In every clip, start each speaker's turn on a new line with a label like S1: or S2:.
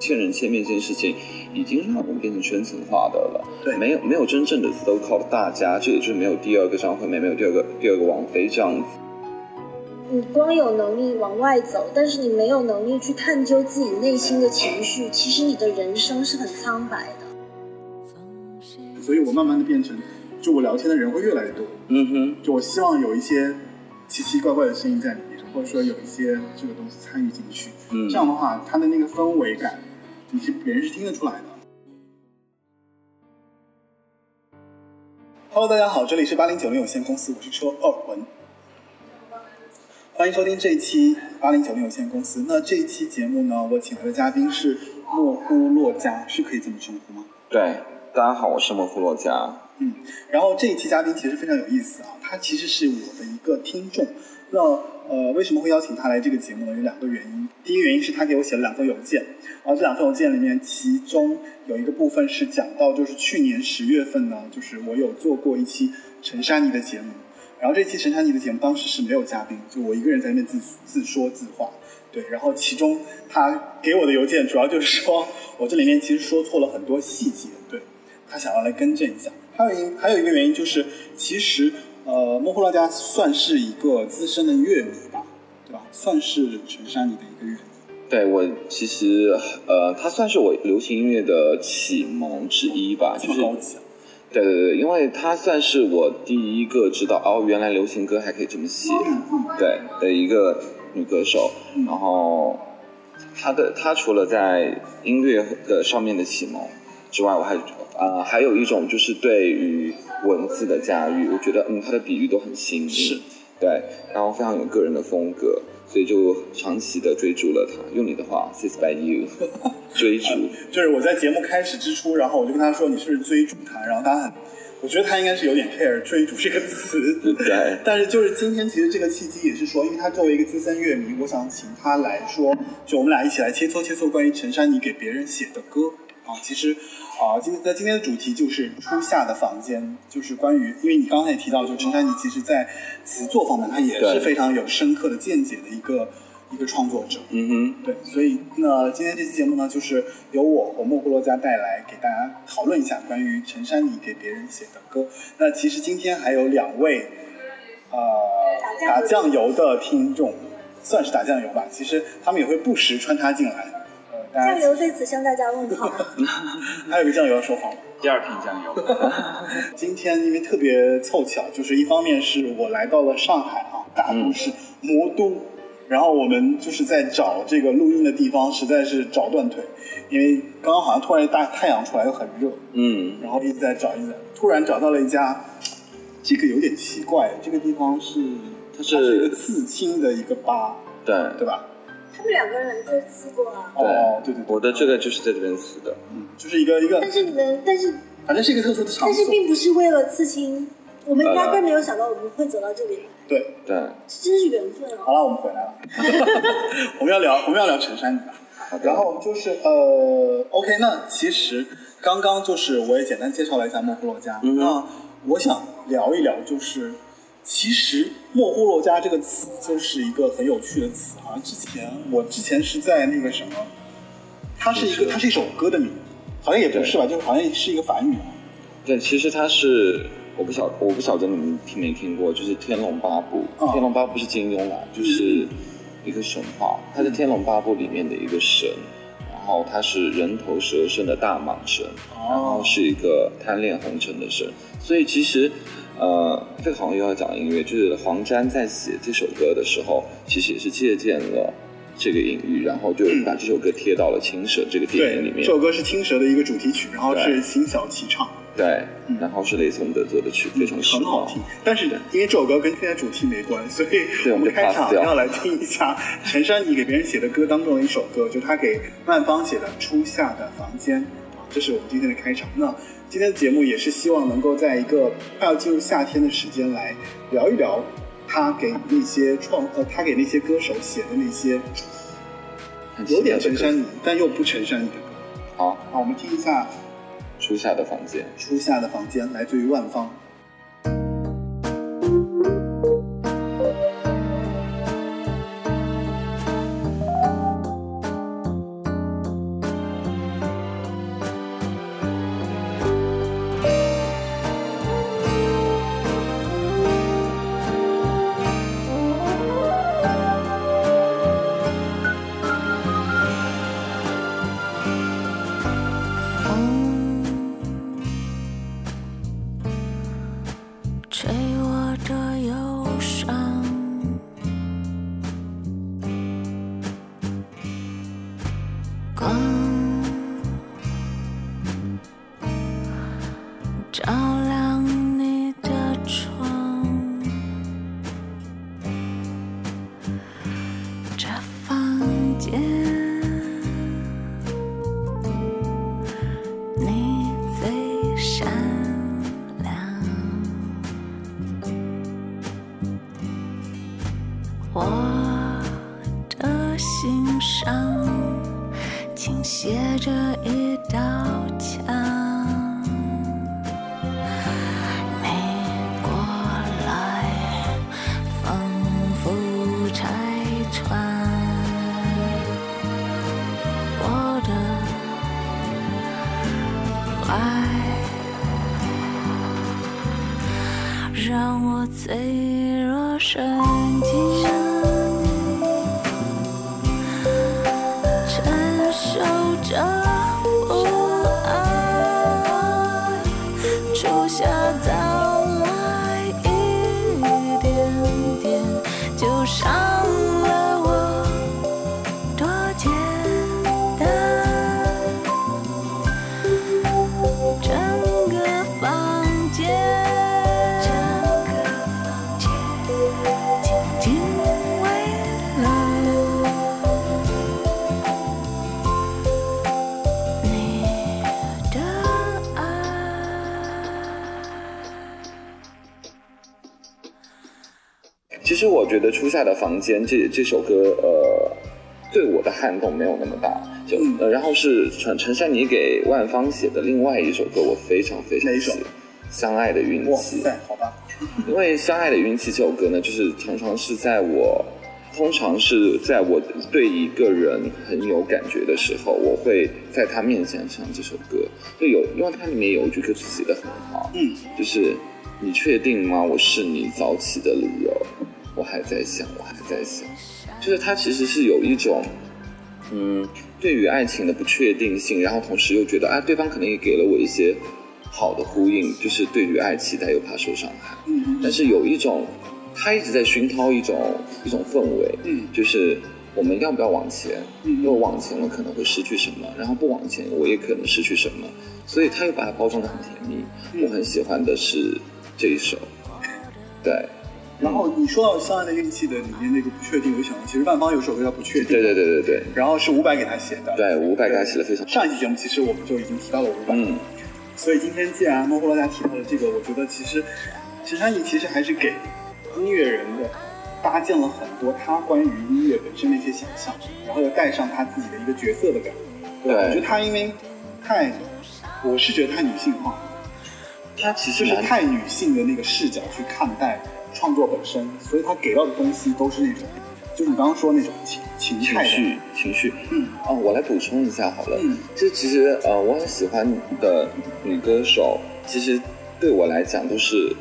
S1: 千人千面这件事情，已经让我们变成圈层化的了。
S2: 对
S1: 没有没有真正的 so called 大家，这也就是没有第二个张惠妹，没有第二个第二个王菲这样子。
S3: 你光有能力往外走，但是你没有能力去探究自己内心的情绪，其实你的人生是很苍白的。
S2: 所以我慢慢的变成，就我聊天的人会越来越多，
S1: 嗯哼，
S2: 就我希望有一些奇奇怪怪的声音在里面，或者说有一些这个东西参与进去，
S1: 嗯
S2: 这样的话，它的那个氛围感，你是别人是听得出来的。Hello，大家好，这里是八零九零有限公司，我是车二文，欢迎收听这一期八零九零有限公司。那这一期节目呢，我请来的嘉宾是莫呼洛佳，是可以这么称呼吗？
S1: 对，大家好，我是莫夫洛佳。
S2: 嗯，然后这一期嘉宾其实非常有意思啊，他其实是我的一个听众。那呃，为什么会邀请他来这个节目呢？有两个原因。第一个原因是他给我写了两封邮件，然后这两封邮件里面，其中有一个部分是讲到，就是去年十月份呢，就是我有做过一期陈珊妮的节目，然后这期陈珊妮的节目当时是没有嘉宾，就我一个人在那边自自说自话。对，然后其中他给我的邮件主要就是说我这里面其实说错了很多细节，对，他想要来更正一下。还有一还有一个原因就是，其实呃，莫呼拉加算是一个资深的乐迷吧，对吧？算是陈珊妮的一个乐迷。
S1: 对我其实呃，它算是我流行音乐的启蒙之一吧，
S2: 这
S1: 就
S2: 么
S1: 是
S2: 高级啊，
S1: 对对对，因为它算是我第一个知道哦，原来流行歌还可以这么写，
S2: 哦
S1: 对的一个女歌手。
S2: 嗯
S1: 然后她的她除了在音乐的上面的启蒙之外，我还呃还有一种就是对于文字的驾驭，我觉得嗯她的比喻都很新颖，
S2: 是
S1: 对，然后非常有个人的风格，所以就长期的追逐了她。用你的话，sits by you，追逐。
S2: 就是我在节目开始之初，然后我就跟他说你是不是追逐他，然后他很，我觉得他应该是有点 care 追逐这 个词。
S1: 对，
S2: 但是就是今天，其实这个契机也是说，因为他作为一个资深乐迷，我想请他来说，就我们俩一起来切磋切磋关于陈珊妮给别人写的歌啊。其实啊，今那今天的主题就是初夏的房间，就是关于，因为你刚才也提到，就陈珊妮其实在词作方面，她也
S1: 对
S2: 是非常有深刻的见解的一个一个创作者。
S1: 嗯哼。
S2: 对，所以那今天这期节目呢，就是由我和莫古洛加带来给大家讨论一下关于陈珊妮给别人写的歌。那其实今天还有两位，呃，打
S3: 打
S2: 酱
S3: 酱
S2: 油的听众，算是打酱油吧。其实他们也会不时穿插进来。呃，大
S3: 酱
S2: 家
S3: 油在此向大家问好。
S2: 还有个酱油要说话。
S4: 第二瓶酱油，
S2: 今天因为特别凑巧，就是一方面是我来到了上海啊，大都市魔都，然后我们就是在找这个录音的地方，实在是找断腿，因为刚刚好像突然大太阳出来又很热，
S1: 嗯，
S2: 然后一直在找一直在，突然找到了一家，这个有点奇怪，这个地方是
S1: 它
S2: 它是一个
S1: 是
S2: 刺青的一个吧，
S1: 对
S2: 对吧？
S3: 他们两个人在吃过啊，
S2: 哦，对对对，
S1: 我的这个就是在这边死的。
S2: 嗯就是一个一个，
S3: 但是你们，但是
S2: 反正是一个特殊的场
S3: 但是
S2: 所，
S3: 并不是为了刺青，我们
S1: 呃
S3: 压根没有想到我们会走到这里，
S2: 对。
S1: 对，
S3: 这真是缘分
S2: 好
S3: 啊！
S2: 了，我们回来 了，我们要聊我们要聊陈珊妮吧。
S1: 好的
S2: 然后就是呃，OK，那其实刚刚就是我也简单介绍了一下莫呼洛加。
S1: 嗯哼
S2: 那我想聊一聊，就是其实莫呼洛加这个词就是一个很有趣的词啊。之前我之前是在那个什么，它是一
S1: 就
S2: 个
S1: 是
S2: 它是一首歌的名字，好像也不是吧，就是好像是一个梵语啊。
S1: 对，其实它是我不晓我不晓得你们听没听过，就是《天龙八部》
S2: 哦
S1: 天龙八部》是金庸啦，就是一个神话，它是《天龙八部》里面的一个神，然后它是人头蛇身的大蟒神，
S2: 哦
S1: 然后是一个贪恋红尘的神，所以其实。呃，这个好像又要讲音乐，就是黄沾在写这首歌的时候，其实也是借鉴了这个隐喻，然后就把这首歌贴到了《青蛇》这个电影里
S2: 对，
S1: 面。
S2: 这首歌是青蛇的一个主题曲，然后
S1: 对
S2: 是辛晓琪唱。
S1: 对
S2: 嗯，
S1: 然后是雷颂德做的曲，非常时
S2: 很好
S1: 髦。
S2: 听，但是因为这首歌跟今天主题没关，所以
S1: 哦对我
S2: 我
S1: 们就
S2: 们开
S1: pass
S2: 场
S1: 掉
S2: 要来听一下陈珊妮给别人写的歌当中的一首歌，就是她给万芳写的《初夏的房间》啊，这是我们今天的开场。那今天的节目也是希望能够在一个快要进入夏天的时间来聊一聊她给那些创呃，她给那些歌手写的那些
S1: 很奇
S2: 有
S1: 妙的
S2: 点
S1: 歌
S2: 陈珊妮，但又不陈珊妮的歌。
S1: 好，
S2: 好，我们听一下
S1: 初夏的房间。
S2: 《初夏的房间》，来自于万芳。
S5: 我
S4: 我的心上倾斜着一道墙，你过来仿佛拆穿我的爱，让我脆弱神经承受着不安，初夏早来一点点，就伤了我，多简单。整个房间，整个房间，静静为了你的爱。
S1: 其实我觉得《初夏的房间》这这首歌，呃，对我的撼动没有那么大。就、
S2: 嗯
S1: 呃、然后是陈陈珊妮给万芳写的另外一首歌，我非常非常
S2: 哪一
S1: 喜
S2: 首
S1: 欢，《相爱的运气》。
S2: 哇塞，好吧，
S1: 因为《相爱的运气》这首歌呢，就是常常是在我，通常是在我对一个人很有感觉的时候，我会在他面前唱这首歌。就有，因为它里面有一句歌词写的很好，
S2: 嗯，
S1: 就是“你确定吗？我是你早起的理由，我还在想，我还在想。”就是它其实是有一种，嗯，对于爱情的不确定性，然后同时又觉得啊，对方可能也给了我一些好的呼应，就是对于爱期待又怕受伤害。
S2: 嗯
S1: 但是有一种，他一直在熏陶一种一种氛围，
S2: 嗯
S1: 就是我们要不要往前？
S2: 嗯
S1: 若往前了可能会失去什么，然后不往前我也可能失去什么，所以他又把它包装的很甜蜜。
S2: 嗯
S1: 我很喜欢的是这一首，对，
S2: 然后你说到《相爱的运气》的里面那个不确定，我就想到，其实万芳有首歌叫《不确定》，
S1: 对对对对对
S2: 然后是伍佰给他写的。
S1: 对，伍佰给他写的非常，
S2: 上一期节目其实我们就已经提到了伍佰，
S1: 嗯，
S2: 所以今天既然莫呼罗家提到了这个，我觉得其实陈珊妮其实还是给音乐人的搭建了很多他关于音乐本身的一些想象，然后又带上他自己的一个角色的感觉。
S1: 对
S2: 我觉得他因为太，我是觉得太女性化了，
S1: 他其实
S2: 就是
S1: 蛮
S2: 太女性的那个视角去看待创作本身，所以他给到的东西都是那种，就是你刚刚说那种情情
S1: 情
S2: 态的
S1: 绪情绪，
S2: 嗯
S1: 哦，我来补充一下好了。
S2: 嗯
S1: 这其实呃，我很喜欢的女歌手，其实对我来讲都是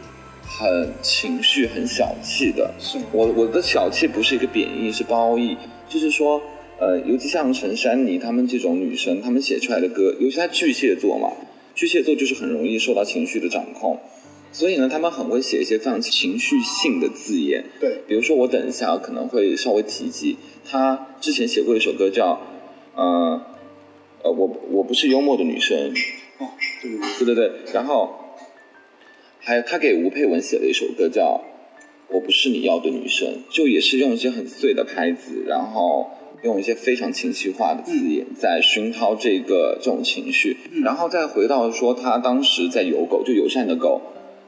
S1: 很情绪、很小气的。
S2: 是吗
S1: 我我的小气不是一个贬义，是褒义，就是说。呃，尤其像陈珊妮她们这种女生，她们写出来的歌，尤其她巨蟹座嘛，巨蟹座就是很容易受到情绪的掌控，所以呢，她们很会写一些非常情绪性的字眼，
S2: 对，
S1: 比如说我等一下可能会稍微提及他之前写过一首歌叫，呃，呃，我我不是幽默的女生，
S2: 哦，对对对，
S1: 对对对，然后还有他给吴佩文写了一首歌叫《我不是你要的女生》，就也是用一些很碎的拍子，然后用一些非常情绪化的字眼在熏陶这个这种情绪，然后再回到说他当时在有狗，就友善的狗。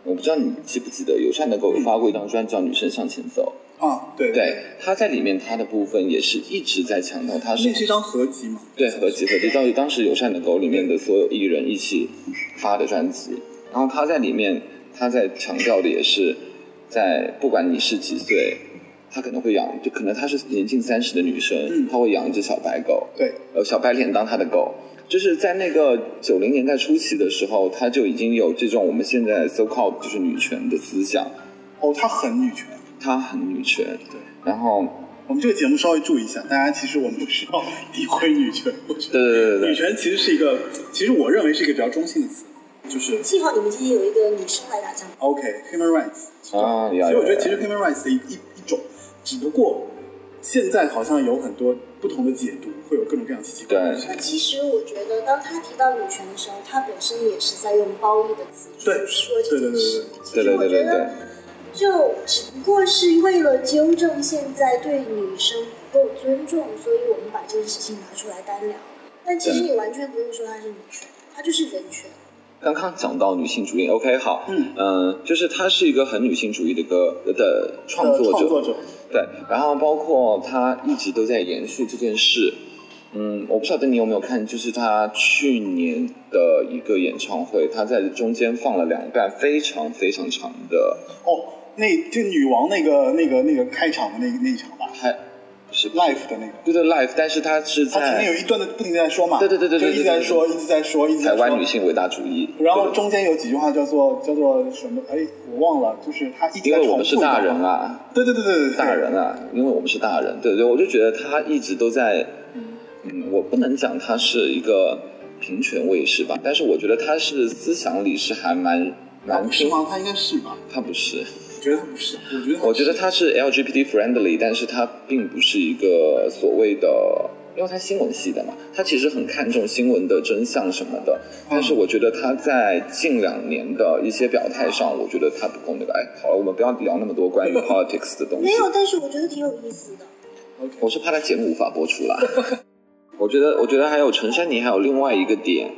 S1: 我不知道你记不记得，友善的狗有发过一张专辑叫《女生向前走》，
S2: 啊，对
S1: 对，他在里面他的部分也是一直在强调他
S2: 那是一
S1: 是
S2: 张合集嘛？
S1: 对合集合集，到底当时《友善的狗》里面的所有艺人一起发的专辑，然后他在里面他在强调的也是，在不管你是几岁，他可能会养，就可能她是年近三十的女生
S2: 嗯，
S1: 她会养一只小白狗，
S2: 对，
S1: 呃，小白脸当她的狗。就是在那个九零年代初期的时候，他就已经有这种我们现在 so called 就是女权的思想，
S2: 哦，她很女权。
S1: 她很女权。
S2: 对，
S1: 然后，
S2: 我们这个节目稍微注意一下，大家其实我们不是要诋毁女权，我觉
S1: 对
S2: 得
S1: 对对对对，
S2: 女权其实是一个，其实我认为是一个比较中性的词，就是
S3: 幸好你们今天有一个女生来打仗，
S2: OK human rights。
S1: 啊，
S2: 所
S1: 所
S2: 以我觉得其实 human rights 的一一一种，只不过现在好像有很多不同的解读，会有各种各样奇奇怪怪的事情
S3: 那。其实我觉得，当他提到女权的时候，他本身也是在用褒义的词去
S2: 对
S3: 说这件事。
S1: 对对对对对
S3: 其实我觉得，就只不过是为了纠正现在对女生不够尊重，所以我们把这件事情拿出来单聊。但其实
S1: 对
S3: 你完全不用说它是女权，它就是人权。
S1: 刚刚讲到女性主义，OK，好，
S2: 嗯
S1: 呃就是他是一个很女性主义的一个的创
S2: 呃
S1: 作者，
S2: 创作者，
S1: 对，然后包括他一直都在延续这件事。嗯，我不晓得你有没有看，就是他去年的一个演唱会，他在中间放了两段非常非常长的，
S2: 哦，那就女王那个那个那个开场的那那一场吧
S1: 还是
S2: ，life 的那个，
S1: 对对 life，但是他是
S2: 他前面有
S1: 在
S2: 一段的不停地在说嘛，
S1: 哎对对对对对
S2: 就一直在说，
S1: 对
S2: 一直在说，一直在
S1: 台
S2: 说。
S1: 湾女性伟大主义，
S2: 然后
S1: 对
S2: 中间有几句话叫做叫做什么？哎，我忘了，就是他一直
S1: 因
S2: 在重复。
S1: 为我们是大人。啊，
S2: 对对对对对，对
S1: 大人啊，因为我们是大人，对对，我就觉得他一直都在，嗯，我不能讲他是一个平权卫士吧，但是我觉得他是思想里是还蛮
S2: 啊
S1: 蛮
S2: 不是吗？他应该是吧？
S1: 他不是，
S2: 我觉得他不是，我觉得
S1: 我觉得
S2: 是
S1: 他是 LGBT friendly，但是他并不是一个所谓的，因为他新闻系的嘛，他其实很看重新闻的真相什么的，
S2: 哦
S1: 但是我觉得他在近两年的一些表态上，我觉得他不够那个。哎，好了，我们不要聊那么多 关于 politics 的东西
S3: 没。有，但是我觉得挺有意思的。
S2: OK
S1: 我是怕他节目无法播出啦。我觉得，我觉得还有陈珊妮，还有另外一个点，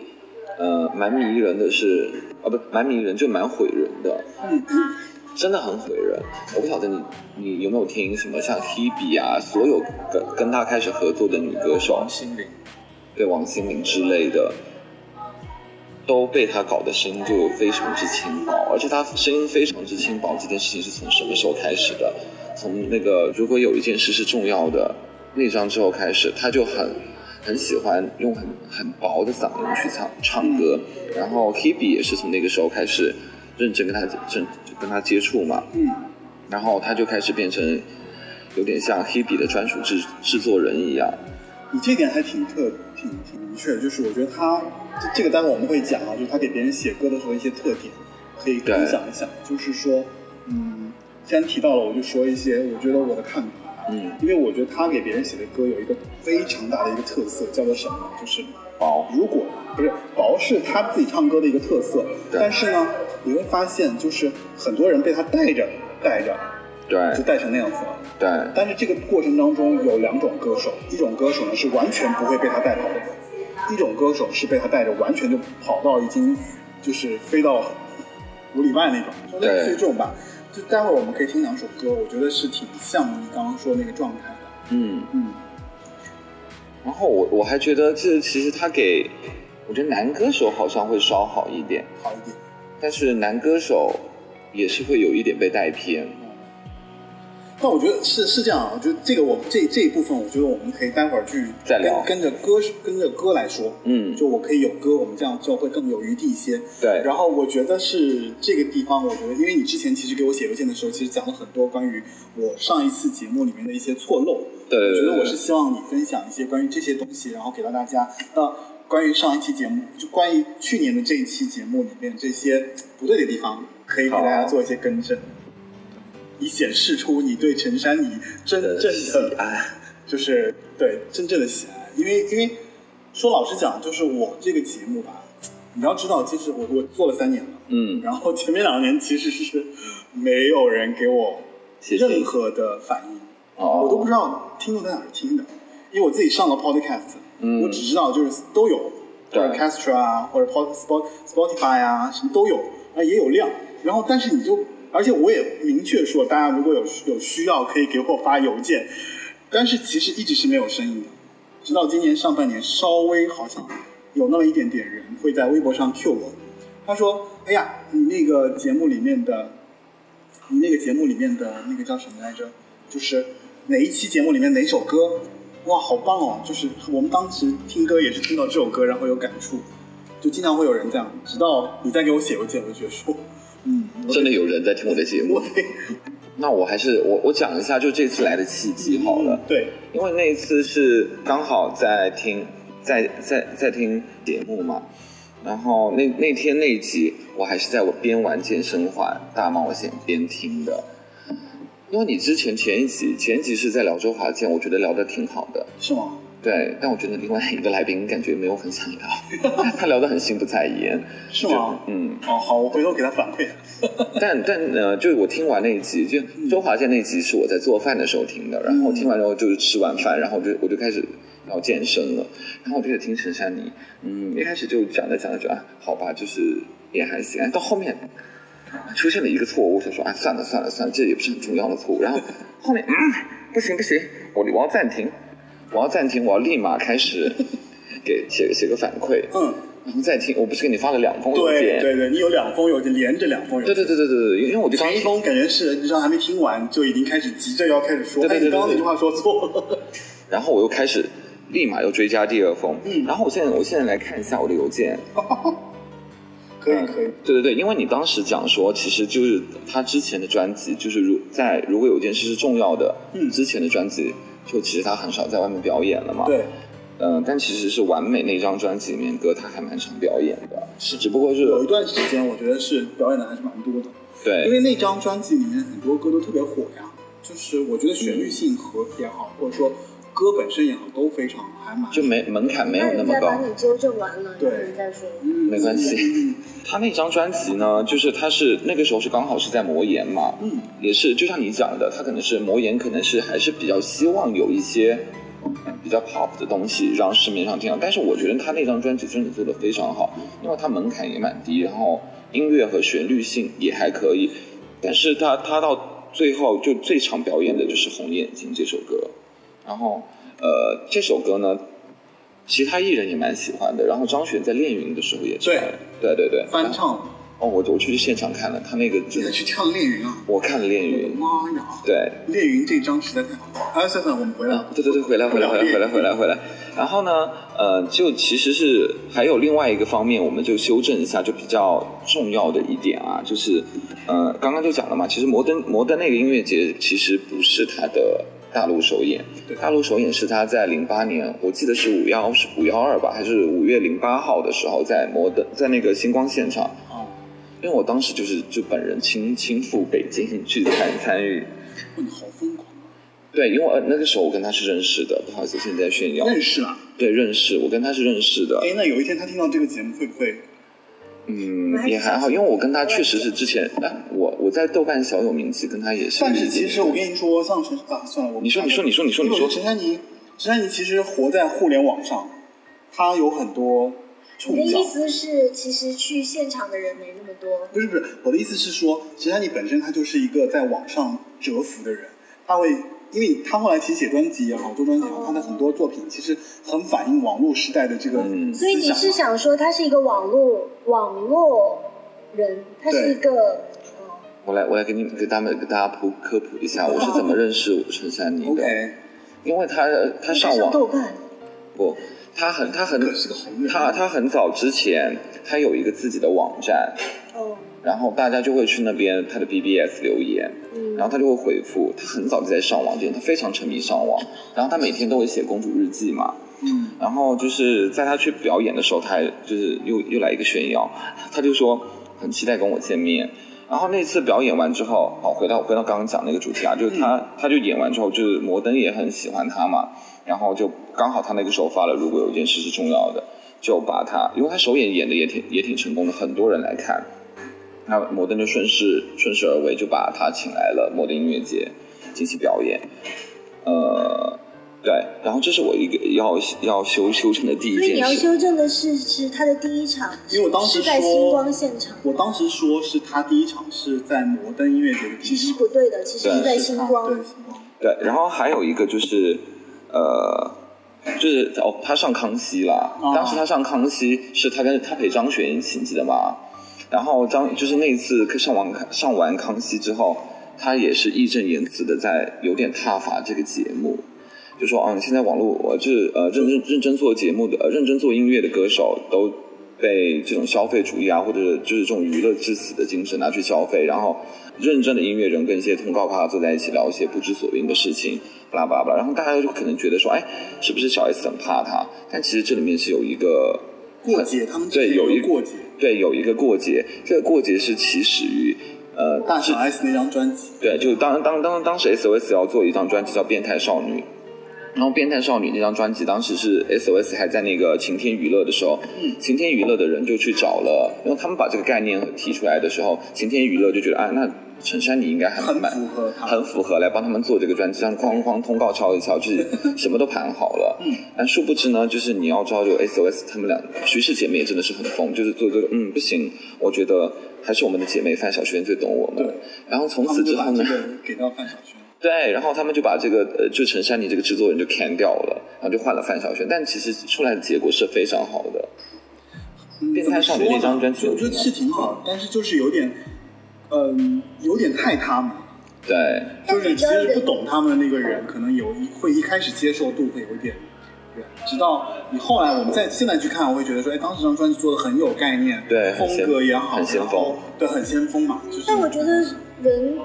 S1: 呃，蛮迷人的是，啊，不，蛮迷人就蛮毁人的，
S2: 嗯
S1: 真的很毁人。我不晓得你你有没有听什么像 Hebe 啊，所有跟跟她开始合作的女歌手
S5: 王，心凌，
S1: 对王心凌之类的，都被她搞得声音就非常之轻薄，而且她声音非常之轻薄这件事情是从什么时候开始的？从那个如果有一件事是重要的那张之后开始，她就很很喜欢用很很薄的嗓音去唱唱歌，然后 Hebe 也是从那个时候开始认真跟她认跟她接触嘛，
S2: 嗯，
S1: 然后她就开始变成有点像 Hebe 的专属制制作人一样。
S2: 你这点还挺特挺挺明确，就是我觉得他这这个待会我们会讲啊，就是他给别人写歌的时候一些特点，可以分享一下。就是说，嗯，既然提到了，我就说一些我觉得我的看法。
S1: 嗯，
S2: 因为我觉得他给别人写的歌有一个非常大的一个特色，叫做什么呢？就是
S1: 薄，
S2: 如果不是薄是他自己唱歌的一个特色，
S1: 对
S2: 但是呢，你会发现就是很多人被他带着带着
S1: 对
S2: 就带成那样子了。
S1: 对。
S2: 但是这个过程当中有两种歌手，一种歌手呢是完全不会被他带跑的人，一种歌手是被他带着完全就跑到已经就是飞到五里外那种，就类似于这种吧。就待会儿我们可以听两首歌，我觉得是挺像你刚刚说那个状态的。
S1: 嗯，
S2: 嗯，
S1: 然后我我还觉得这其实他给，我觉得男歌手好像会稍好一点，
S2: 好一点。
S1: 但是男歌手也是会有一点被带偏。
S2: 但我觉得是是这样啊，我觉得这个我这这一部分，我觉得我们可以待会儿去
S1: 再聊
S2: 跟跟着歌跟着歌来说。
S1: 嗯，
S2: 就我可以有歌，我们这样就会更有余地一些。
S1: 对，
S2: 然后我觉得是这个地方，我觉得因为你之前其实给我写邮件的时候，其实讲了很多关于我上一次节目里面的一些错漏。
S1: 对对
S2: 我
S1: 对
S2: 觉
S1: 对
S2: 得我是希望你分享一些关于这些东西，然后给到大家。那关于上一期节目，就关于去年的这一期节目里面这些不对的地方，可以给大家
S1: 好
S2: 做一些更正，以显示出你对陈珊妮真正
S1: 喜
S2: 的
S1: 爱，
S2: 就是对真正的喜爱，因为因为说老实讲，就是我这个节目吧，你要知道，其实我我做了三年了，
S1: 嗯，
S2: 然后前面两年其实是没有人给我
S1: 谢谢
S2: 任何的反应，
S1: 哦
S2: 我都不知道听众在哪儿听的，因为我自己上了 Podcast，、
S1: 嗯
S2: 我只知道就是都有
S1: 对
S2: ，Orchestra 啊，或者 Pod Spot Spotify 啊，什么都有，啊也有量。然后但是你就，而且我也明确说，大家如果有有需要可以给我发邮件，但是其实一直是没有声音的，直到今年上半年稍微好像有那么一点点人会在微博上 Q 我，他说：“哎呀，你那个节目里面的，你那个节目里面的那个叫什么来着？就是哪一期节目里面哪首歌？哇，好棒哦！就是我们当时听歌也是听到这首歌，然后有感触，就经常会有人这样。直到你再给我写邮件，我就觉得说，嗯，我
S1: 真的有人在听我的节目
S2: 我。
S1: 那我还是我我讲一下，就这次来的契机好了。
S2: 对，
S1: 因为那一次是刚好在听，在在在听节目嘛，然后那那天那一集我还是在我边玩健身环大冒险边听的，因为你之前前一集前一集是在聊周华健，我觉得聊得挺好的，
S2: 是吗？
S1: 对，但我觉得另外一个来宾感觉没有很想聊， 他聊得很心不在焉，
S2: 是吗？
S1: 嗯，
S2: 哦，好，我回头给他反馈。
S1: 但但呃，就是我听完那一集，就
S2: 嗯
S1: 周华健那一集是我在做饭的时候听的，然后听完之后就是吃完饭，然后我就我就开始要健身了。然后我就听陈珊妮，嗯，一开始就讲着讲着就啊，好吧，就是也还行。啊到后面出现了一个错误，我想说啊，算了算了算了，这也不是很重要的错误。然后后面嗯，不行不行，我我要暂停，我要暂停，我要立马开始给写写个反馈，
S2: 嗯，
S1: 然后再听。我不是给你发了两封邮
S2: 对
S1: 件？
S2: 对对，你有两封邮件，连着两封邮
S1: 对
S2: 件。
S1: 对对对对对，因为我就刚
S2: 前一封感觉是，你知道还没听完就已经开始急着要开始说，
S1: 对对对
S2: 哎，你刚刚
S1: 对对
S2: 那句话说错了。
S1: 然后我又开始立马又追加第二封。
S2: 嗯
S1: 然后我现在我现在来看一下我的邮件。
S2: 可以
S1: 嗯
S2: 可以，
S1: 对对对，因为你当时讲说，其实就是他之前的专辑，就是如在如果有件事是重要的，
S2: 嗯
S1: 之前的专辑就其实他很少在外面表演了嘛。。
S2: 对，
S1: 嗯、但其实是完美那张专辑里面歌，他还蛮常表演的，
S2: 是
S1: 只不过是
S2: 有一段时间我觉得是表演的还是蛮多的，
S1: 对，
S2: 因为那张专辑里面很多歌都特别火呀，就是我觉得旋律性和也好，或者说歌本身也好，都非常还蛮
S1: 就没门槛没有
S3: 那
S1: 那
S3: 人
S1: 么
S3: 家
S1: 高
S3: 把。你纠正完了，
S2: 对
S3: 然后你再说。
S2: 嗯
S1: 没关系
S2: 嗯
S1: 他那张专辑呢，就是他是那个时候是刚好是在魔岩嘛，
S2: 嗯，
S1: 也是就像你讲的，他可能是魔岩，可能是还是比较希望有一些嗯比较 pop 的东西让市面上听到。但是我觉得他那张专辑真的做的非常好，因为它门槛也蛮低，然后音乐和旋律性也还可以。但是他他到最后就最常表演的就是《红眼睛》这首歌，然后呃这首歌呢，其他艺人也蛮喜欢的。然后张悬在练云的时候也唱
S2: 对
S1: 对对对
S2: 翻唱，
S1: 哦，我我去现场看了他那个
S2: 你
S1: 真
S2: 还
S1: 的
S2: 去唱练云啊？
S1: 我看了练
S2: 我的
S1: 云，
S2: 妈呀！
S1: 对。
S2: 练云这张实在太好了。哎，算算，我们回来
S1: 啊
S2: 了，。
S1: 对对对，回来回来回来回来回来回来。然后呢，呃，就其实是还有另外一个方面，我们就修正一下，就比较重要的一点啊，就是，呃，刚刚就讲了嘛，其实摩登摩登那个音乐节其实不是它的大陆首演
S2: 对，
S1: 大陆首演是它在零八年，我记得是五幺是五幺二吧，还是五月零八号的时候，在摩登在那个星光现场，
S2: 啊，
S1: 因为我当时就是就本人亲亲赴北京去参参与。
S2: 哇，你好疯狂！
S1: 对，因为呃那个时候我跟他是认识的，不好意思，现在在炫耀。
S2: 认识了。
S1: 对，认识，我跟他是认识的，
S2: 哎，那有一天他听到这个节目会不会？
S1: 嗯，也还好，因为我跟他确实是之前，哎，我我在豆瓣小有名气，跟他也是。
S2: 但是其实我跟你说，像陈啊，算了，我不
S1: 你说，
S2: 看
S1: 你说，你说，你说，
S2: 因
S1: 你
S2: 为
S1: 说
S2: 我觉得，陈珊妮，陈珊妮其实活在互联网上，她有很多触
S3: 你的
S2: 角
S3: 意。思是，其实去现场的人没那么多，
S2: 不是不是，我的意思是说，陈珊妮本身她就是一个在网上蛰伏的人，她会，因为她后来其实写专辑也好，做专辑也好，她的很多作品其实很反映网络时代的这个
S1: 嗯
S3: 所以
S2: 思
S3: 你
S2: 想
S3: 是
S2: 嘛。
S3: 想说他是一个网络网络人，他是一个
S1: 我来我来给你给他们给大家普科普一下，我是怎么认识陈珊妮的，
S2: 哦 OK，
S1: 因为他他
S3: 呃
S1: 上
S3: 上
S1: 网
S3: 豆瓣，
S1: 不，他很他很
S2: 可是个好人
S1: 他
S2: 啊
S1: 他很早之前他有一个自己的网站，
S3: 哦，
S1: 然后大家就会去那边他的 BBS 留言，
S3: 嗯，
S1: 然后他就会回复，他很早就在上网，这个人他非常沉迷上网，然后他每天都会写公主日记嘛，
S2: 嗯，
S1: 然后就是在他去表演的时候，他还就是又又来一个炫耀，他就说很期待跟我见面。然后那次表演完之后，好回到回到刚刚讲那个主题啊，就是他、
S3: 嗯
S1: 他就演完之后，就是摩登也很喜欢他嘛，然后就刚好他那个时候发了，如果有一件事是重要的，就把他，因为他首演演的也挺也挺成功的，很多人来看，那摩登就顺势顺势而为，就把他请来了摩登音乐节进行表演，呃，对，然后这是我一个要要修修正的第一
S3: 所以你
S1: 件
S3: 要
S1: 事，
S3: 修正的是，是他的第一场，
S2: 因为我当时
S3: 是在星光
S2: 说，
S3: 现场，
S2: 我当时说是她第一场是在摩登音乐节的第
S3: 其
S2: 一
S3: 实
S2: 场，
S3: 不对的，其实是在星
S2: 对
S3: 光，
S2: 星光，
S1: 对，然后还有一个就是，呃，就是哦，他上康熙啦，
S2: 哦
S1: 当时他上康熙是他跟他陪张悬一起，你记得吗？然后张就是那一次上完上完康熙之后，他也是义正言辞的在有点挞伐这个节目，就说嗯，现在网络我就是呃认真认真做节目的呃认真做音乐的歌手都被这种消费主义啊或者就是这种娱乐至死的精神拿去消费，然后认真的音乐人跟一些通告咖坐在一起聊一些不知所云的事情，巴拉巴拉巴拉，然后大家就可能觉得说，哎，是不是小 S 很怕他？但其实这里面是有一个
S2: 过节他们之
S1: 对
S2: 间
S1: 有一
S2: 个过节，
S1: 对，有一个过节，这个过节是起始于，呃，
S2: 大小 S 那张专辑，
S1: 对，就当当当当时 SOS 要做一张专辑叫《变态少女》，然后《变态少女》那张专辑，当时是 SOS 还在那个晴天娱乐的时候，
S2: 嗯
S1: 晴天娱乐的人就去找了，因为他们把这个概念提出来的时候，晴天娱乐就觉得啊，那陈珊妮应该还
S2: 很
S1: 蛮
S2: 符合他，
S1: 很符合来帮他们做这个专辑，让哐哐通告敲一敲，就是什么都盘好了。
S2: 嗯，
S1: 但殊不知呢，就是你要知道，就 SOS 他们俩徐氏姐妹也真的是很疯，就是做这个，嗯，不行，我觉得还是我们的姐妹范晓萱最懂我们
S2: 对。
S1: 然后从
S2: 他
S1: 此
S2: 们
S1: 之
S2: 就把
S1: 后呢
S2: 这，个给到范晓萱。
S1: 对，然后他们就把这个呃，就陈珊妮这个制作人就 can 掉了，然后就换了范晓萱，但其实出来的结果是非常好的。
S2: 嗯
S1: 变态少女那张专辑
S2: 怎么说呢我觉得是挺好，但是就是有点，嗯，有点太他们，
S1: 对，
S2: 就是其实不懂他们的那个人，可能有一会一开始接受度会有一点远，直到你后来我们再现在去看，我会觉得说，哎，当时这张专辑做的很有概念，
S1: 对很
S2: 风
S1: 先
S2: 格也好，
S1: 很先
S2: 然后
S1: 锋
S2: 对，很先锋嘛，就是。
S3: 但我觉得人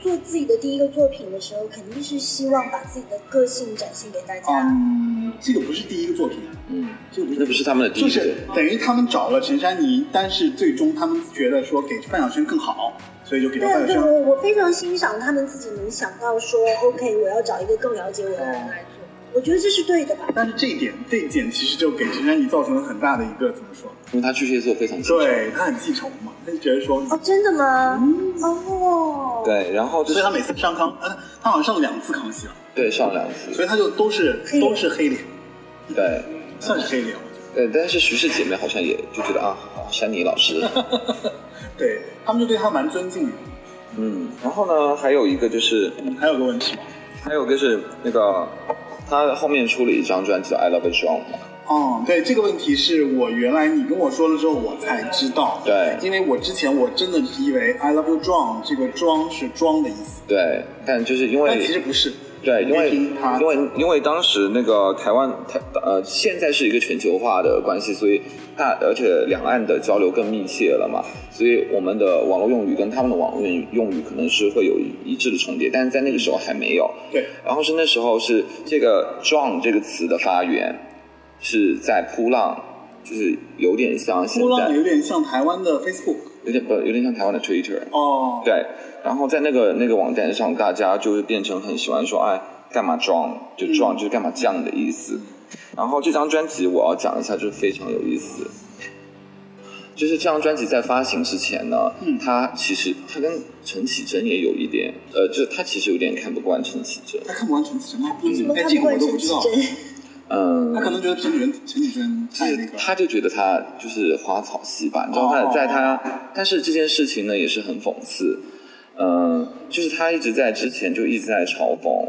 S3: 做自己的第一个作品的时候，肯定是希望把自己的个性展现给大家。
S2: 嗯，这个不是第一个作品啊，
S1: 嗯，
S2: 这个不是
S1: 那不是他们的第
S2: 就
S1: 一个
S2: 是等于他们找了陈珊妮，但是最终他们觉得说给范晓萱更好，所以就给到范
S3: 对
S2: 晓
S3: 对，
S2: 萱。
S3: 我我非常欣赏他们自己能想到说，OK，我要找一个更了解我的人来做，我觉得这是对的吧。
S2: 但是这一点，这一点其实就给陈珊妮造成了很大的一个怎么说？
S1: 因为他巨蟹座非常清楚
S2: 对她很记仇嘛，她就觉得说，
S3: 哦，真的吗？
S2: 嗯
S3: 哦，，
S1: 对，然后就
S2: 所
S1: 是
S2: 以她每次上康，呃，她好像上了两次康熙了，
S1: 对上两次，
S2: 所以她就都是
S3: 黑脸
S2: 都是黑脸，
S1: 对。
S2: 算是黑脸，我觉得。
S1: 呃，但是徐氏姐妹好像也就觉得啊，山妮老师，
S2: 对他们就对她蛮尊敬的。嗯
S1: 嗯，然后呢，还有一个就是，
S2: 还有个问题吗？
S1: 还有一个是那个，他后面出了一张专辑叫《I Love Strong》嘛，
S2: 哦，对这个问题是我原来你跟我说了之后我才知道，
S1: 对
S2: 因为我之前我真的以为 I love you John 这个庄是庄的意思，
S1: 对，但就是因为
S2: 但其实不是，
S1: 对，
S2: 你
S1: 因
S2: 可
S1: 为
S2: 以听他
S1: 因为因为当时那个台湾台呃，现在是一个全球化的关系，所以大而且两岸的交流更密切了嘛，所以我们的网络用语跟他们的网络用语用语可能是会有一致的重叠，但是在那个时候还没有。
S2: 对，
S1: 然后是那时候是这个 “drunk” 这个词的发源是在扑浪，就是有点像现
S2: 波浪
S1: 在
S2: 有点像台湾的 Facebook
S1: 有点不有点像台湾的 Twitter，
S2: 哦，
S1: 对。然后在那个那个网站上，大家就是变成很喜欢说，哎，干嘛装就装，就是干嘛这样的意思。然后这张专辑我要讲一下，就是非常有意思。就是这张专辑在发行之前呢，
S2: 嗯
S1: 他其实他跟陈绮贞也有一点，呃，就他其实有点看不惯陈绮贞，
S2: 他看不完陈绮贞吗？
S3: 凭什么
S2: 哎，
S3: 看嗯
S2: 这
S3: 不
S2: 个我
S3: 惯
S2: 都
S3: 陈
S2: 不知
S3: 绮
S2: 道，
S3: 贞？
S1: 嗯，
S2: 他可能觉得陈绮贞陈绮贞
S1: 就
S2: 太
S1: 是
S2: 那个，
S1: 他就觉得他就是花草戏吧，你知道他
S2: 哦
S1: 在他，但是这件事情呢也是很讽刺，嗯、就是他一直在之前就一直在嘲讽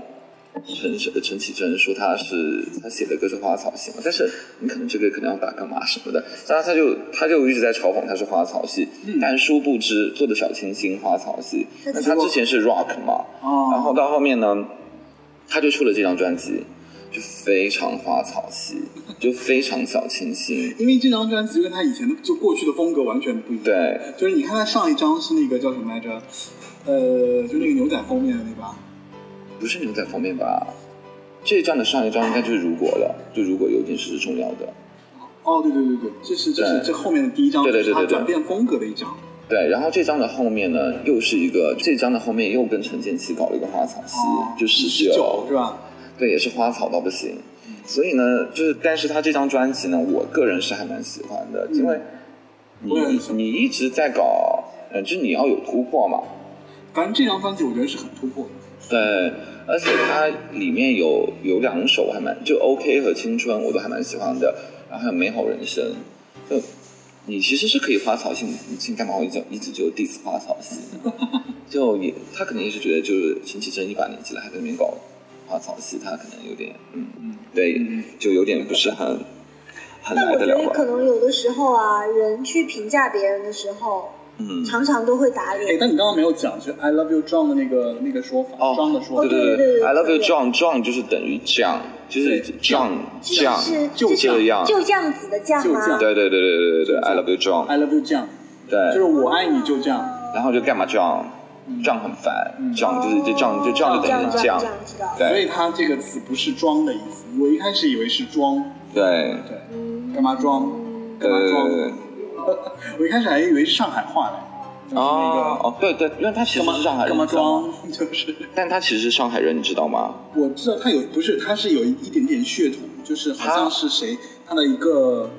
S1: 陈陈陈绮贞说他是他写的歌是花草戏嘛，但是你可能这个可能要打干嘛什么的，然后他就他就一直在嘲讽他是花草戏，但殊不知做的小清新花草戏，
S3: 嗯那
S1: 那
S3: 结
S1: 他
S3: 果
S1: 之前是 rock 嘛，
S2: 哦，
S1: 然后到后面呢，他就出了这张专辑，就非常花草系，就非常小清新。
S2: 因为这张专辑就跟他以前的就过去的风格完全不一样，
S1: 对，
S2: 就是你看他上一张是那个叫什么来着，呃，就那个牛仔封面的那个。
S1: 不是牛仔封面吧？这一张的上一张应该就是如果了，就如果有点是重要的。
S2: 哦，对对对对，这是这是
S1: 对
S2: 这后面的第一张，
S1: 对对
S2: 就
S1: 对
S2: 是他
S1: 对对
S2: 转变风格的一张。
S1: 对，然后这张的后面呢，又是一个这张的后面又跟陈建奇搞了一个花草系，
S2: 哦
S1: 就
S2: 十
S1: 九
S2: 九是吧？嗯
S1: 对，也是花草到不行。所以呢，就是但是他这张专辑呢，我个人是还蛮喜欢的，因为你
S2: 嗯我也很喜欢
S1: 你一直在搞，呃，就是你要有突破嘛，
S2: 反正这张专辑我觉得是很突破的。
S1: 对，呃而且它里面有有两首我还蛮就 OK 和青春我都还蛮喜欢的，然后还有美好人生，就你其实是可以花草性，你你干嘛会一直一直就 diss 花草系呢？ 就也他可能也是觉得就是陈绮贞一把年纪了还在那边搞花草系，他可能有点嗯嗯对，就有点不是很很
S3: 但
S1: 来
S3: 我
S1: 得
S3: 觉
S1: 了
S3: 得可
S1: 吧，
S3: 能有的时候啊，人去评价别人的时候，
S1: 嗯。
S3: 常常都会打
S2: 哎，
S3: 脸。
S2: 但你刚刚没有讲，就是 I love you John 的那个那个说法，
S1: 哦
S2: John 的说
S1: 对
S2: 法，
S1: 对
S3: 对对对
S1: i love you
S3: 对
S1: John John 就是等于这样，就是
S2: 对
S1: 这样这样
S3: 是
S2: 就
S1: 这样
S3: 就这样子的酱
S2: 就这
S3: 吗
S2: 样？
S1: 对对对对对对对，I love you John，
S2: I love you John，就是
S1: 对，
S2: 我爱你就这样。
S1: 然后就干嘛 John，John 很烦
S2: 嗯
S1: ，John 就是这 John 就 John 就
S3: 这
S1: 等
S3: 样
S1: 于
S3: 这
S1: 这样
S3: 样这，样，知道。
S2: 所
S1: 对
S2: 以它这个词不是装的意思，我一开始以为是装，
S1: 对
S2: 对，干嘛装，干嘛装？
S1: 呃，
S2: 我一开始还以为是上海话嘞，就是那个
S1: 哦哦，对对，因为他其实
S2: 干嘛
S1: 是上海
S2: 干
S1: 人，
S2: 嘛
S1: 你知道吗？
S2: 装， 就是
S1: 但他其实是上海人，你知道吗？
S2: 我知道他有不是，他是有一点点血统，就是好像是谁他的一个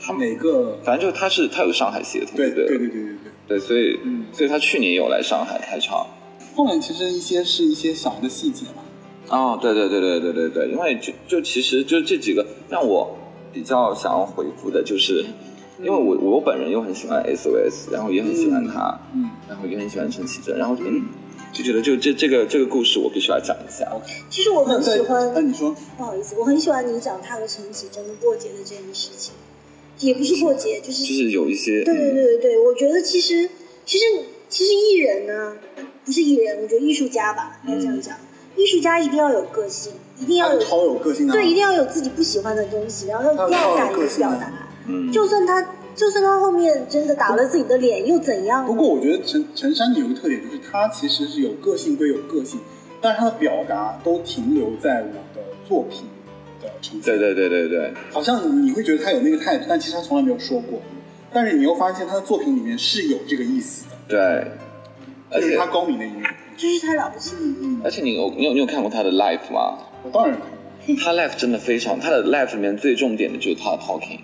S1: 他
S2: 哪个
S1: 反正就是他是他有上海血统，
S2: 对
S1: 不
S2: 对
S1: 对
S2: 对对对对。
S1: 对，所以、
S2: 嗯
S1: 所以他去年有来上海开场。
S2: 后面其实一些是一些小的细节嘛，
S1: 哦，对对对对对对对，因为就就其实就这几个让我比较想要回复的，就是因为我我本人又很喜欢 SOS，然后也很喜欢他，
S2: 嗯
S1: 然后也很喜欢陈绮贞，然后嗯，就觉得就这这个这个故事我必须来讲一下。
S2: ，OK，
S3: 其实我很喜欢
S2: 那，你说，
S3: 不好意思，我很喜欢你讲他和陈绮贞过节的这件事情，也不是过节，就是
S1: 就是有一些嗯
S3: 对对对对对，我觉得其实其实其实艺人呢、不是艺人，我觉得艺术家吧，应该这样
S1: 嗯
S3: 讲，艺术家一定要有个性，一定要
S2: 他
S3: 有
S2: 超有个性的，
S3: 对，一定要有自己不喜欢的东西，然后要
S2: 他超
S3: 要
S2: 有
S3: 敢于
S2: 个性
S3: 表
S2: 的
S3: 达。
S1: 嗯，
S3: 就算他就算他后面真的打了自己的脸又怎样呢？
S2: 不过我觉得陈陈珊妮有一个特点，就是她其实是有个性归有个性，但是她的表达都停留在我的作品的呈现。
S1: 对，对对对对，
S2: 好像你会觉得她有那个态度，但其实她从来没有说过。但是你又发现她的作品里面是有这个意思的，
S1: 对，而
S2: 这是
S1: 且
S2: 她高明的一面。
S3: 这是他了不起的一面。
S2: 嗯，
S1: 而且你有你有你有看过他的 live 吗？
S2: 我当然看
S1: 他 live 真的非常，他的 live 里面最重点的就是他的 talking，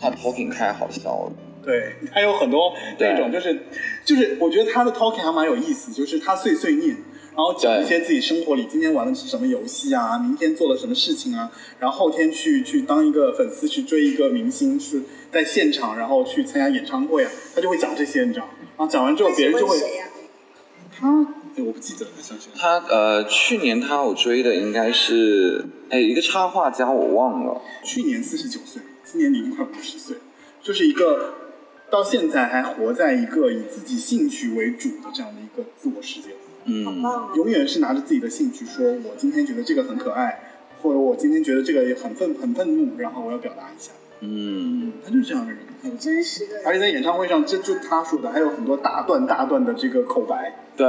S1: 他的 talking 太好笑了。
S2: 对，她有很多那种就是就是，我觉得她的 talking 还蛮有意思，就是她碎碎念。然后讲一些自己生活里今天玩的是什么游戏啊，明天做了什么事情啊，然后后天去去当一个粉丝去追一个明星，去在现场然后去参加演唱会啊，他就会讲这些，你知道吗？然后讲完之后，
S3: 他
S2: 别
S3: 喜
S2: 人就
S3: 欢
S2: 会
S3: 谁呀、啊
S2: 他，哎我不记得了，想起来了，
S1: 他呃，去年他我追的应该是哎一个插画家，我忘了。
S2: 去年四十九岁，今年已经快五十岁，就是一个到现在还活在一个以自己兴趣为主的这样的一个自我世界里。
S3: 好
S1: 嗯，
S3: 棒啊！
S2: 永远是拿着自己的兴趣说，我今天觉得这个很可爱，或者我今天觉得这个也很愤很愤怒，然后我要表达一下。
S1: 嗯，
S2: 他就是这样的人，
S3: 很真实的人，
S2: 而且在演唱会上，这就他说的，还有很多大段大段的这个口白，
S1: 对，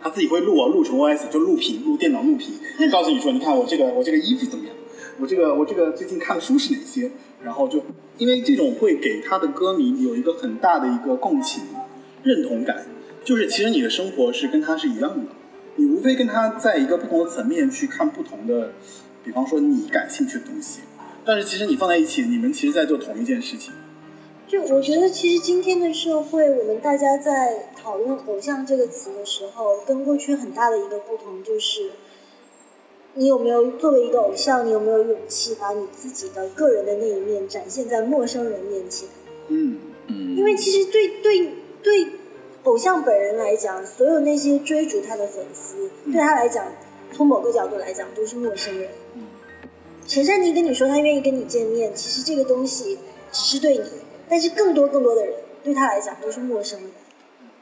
S2: 他自己会录啊，录成 OS 就录屏，录电脑 录屏，就告诉你说，你看我这个我这个衣服怎么样，我这个我这个最近看的书是哪些，然后就因为这种会给他的歌迷有一个很大的一个共情、认同感，就是其实你的生活是跟他是一样的，你无非跟他在一个不同的层面去看不同的，比方说你感兴趣的东西，但是其实你放在一起，你们其实在做同一件事情。
S3: 就我觉得其实今天的社会，我们大家在讨论“偶像”这个词的时候，跟过去很大的一个不同就是，你有没有作为一个偶像，你有没有勇气把你自己的个人的那一面展现在陌生人面前？
S2: 嗯，
S1: 嗯，
S3: 因为其实对对对偶像本人来讲，所有那些追逐他的粉丝，
S2: 嗯
S3: 对他来讲，从某个角度来讲都是陌生人
S2: 嗯。
S3: 陈珊妮跟你说她愿意跟你见面，其实这个东西只是对你，但是更多更多的人对他来讲都是陌生人。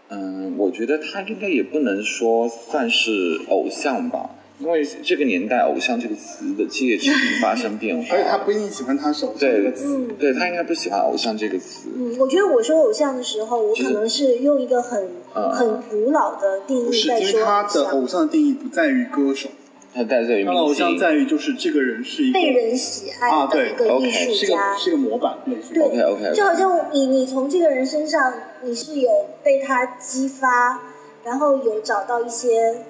S1: 嗯，我觉得他应该也不能说算是偶像吧，因为这个年代“偶像”这个词的介质发生变化
S2: 而，且他不一定喜欢他手上这个词，
S3: 嗯
S1: 对他应该不喜欢“偶像”这个词。
S3: 嗯，我觉得我说偶像的时候，我
S1: 就
S3: 可
S1: 是
S3: 能是用一个很、
S1: 嗯
S3: 很古老的定
S2: 呃不
S3: 义
S2: 是
S3: 在
S2: 因为
S3: 说
S2: 他
S3: 偶
S2: 的
S3: 像
S2: 偶，像的定义不在于歌手。
S1: 他代在于
S2: 他的偶
S1: 明
S2: 像
S1: 星。
S2: 在于就是这个人是一个
S3: 被人喜爱
S2: 啊，
S3: 的
S2: 对
S3: 一，个
S1: OK，
S3: 艺术
S2: 是个
S3: 家。
S2: 是个模板，类似于
S1: OK OK，
S3: 就好像你你从这个人身上，你是有被他激发，然后有找到一些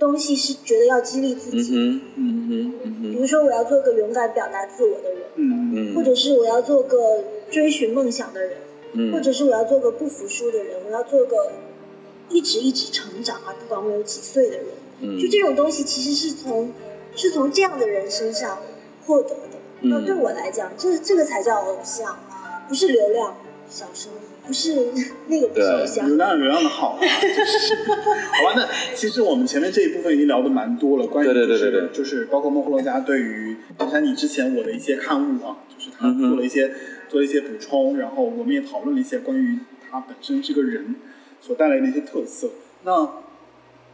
S3: 东西是觉得要激励自
S1: 嗯
S3: 己。
S1: 哼，嗯哼，
S3: 比
S1: 嗯
S3: 如说，我要做个勇敢表达自我的人，
S1: 哼，
S2: 嗯，
S1: 嗯，
S3: 或者是我要做个追寻梦想的人，
S1: 嗯
S3: 或者是我要做个不服输的人，我要做个一直一直成长啊，不管我有几岁的人。
S1: 嗯
S3: 就这种东西，其实是从是从这样的人身上获得的。
S1: 嗯
S3: 那对我来讲，这这个才叫偶像，不是流量小生，不是那个不是偶像
S2: 流。量流量的好啊，就是 好吧。那其实我们前面这一部分已经聊的蛮多了，关于
S1: 对对
S2: 就
S1: 对
S2: 是
S1: 对对
S2: 就是包括孟获洛家对于陈珊妮之前我的一些看悟啊，就是他
S1: 嗯哼
S2: 做了一些、做了一些补充，然后我们也讨论了一些关于他本身这个人所带来的一些特色。那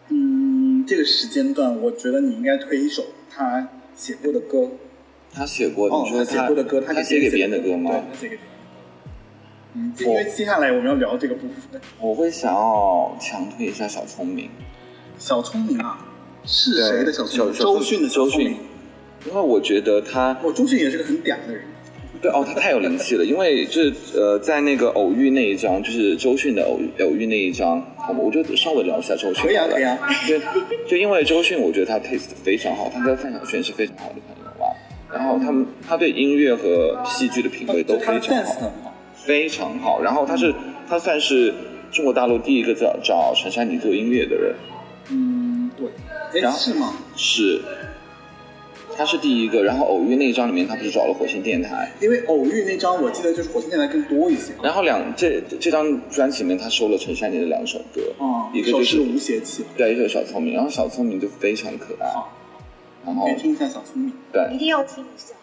S2: 嗯，这个时间段，我觉得你应该推一首他写过的歌，
S1: 他写过，
S2: 哦
S1: 你，
S2: 他
S1: 说
S2: 写过的歌，
S1: 他
S2: 他
S1: 写给别人的歌
S2: 歌对
S1: 吗？，哦
S2: 他写给别人的歌。嗯，因为接下来我们要聊这个部分。
S1: 我会想要强推一下小聪明，
S2: 小聪明啊，是
S1: 对
S2: 谁的小聪明？哦
S1: 小小聪
S2: 周迅的小
S1: 周
S2: 聪
S1: 迅
S2: 明。
S1: 因为我觉得他
S2: 我周迅也是个很嗲的人。
S1: 对哦，他太有灵气了，因为这呃，在那个偶遇那一章，就是周迅的偶遇偶遇那一章，好吗？我就稍微聊一下周迅。
S2: 可以啊，可以。啊。
S1: 对，就因为周迅，我觉得他 taste 非常好，他跟范晓萱是非常好的朋友吧。然后他们，他对音乐和戏剧的品味都
S2: 他
S1: 非
S2: 哦的
S1: 常
S2: sense
S1: 好，
S2: 很好，
S1: 非常好。然后他是，他算是中国大陆第一个找找陈珊妮做音乐的人，
S2: 嗯，对，哎，
S1: 然后
S2: 是吗？
S1: 是，他是第一个。然后偶遇那一章里面，他不是找了火星电台，
S2: 因为偶遇那张，我记得就是火星电台更多一些。
S1: 然后两这这张专辑里面，他收了陈珊妮的两首歌，
S2: 嗯，
S1: 一
S2: 一
S1: 个
S2: 首
S1: 就是哦是
S2: 无邪气，
S1: 对，一首小聪明，然后小聪明就非常可爱，
S2: 好，
S1: 然
S2: 可
S1: 后
S2: 以听一下小聪明。
S3: 一
S1: 对，
S3: 定要听一下。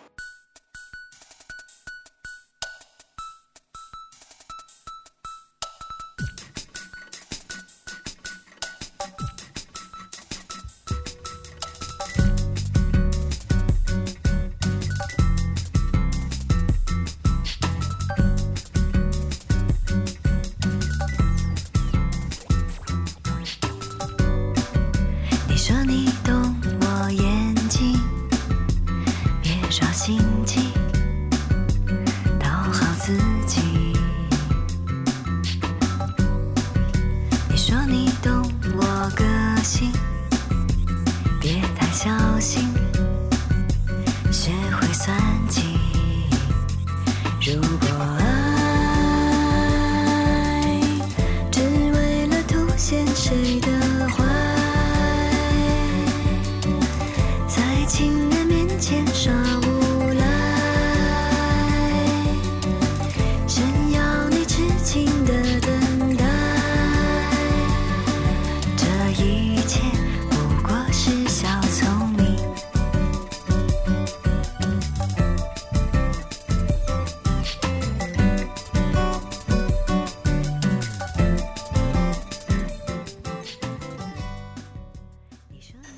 S4: 你说你懂我眼睛，别耍心机，讨好自己。你说你懂我个性，别太小心，学会算计。如果爱只为了凸显谁的坏，在情人面前耍无赖，炫耀你痴情的等待，这一切不过是小聪明。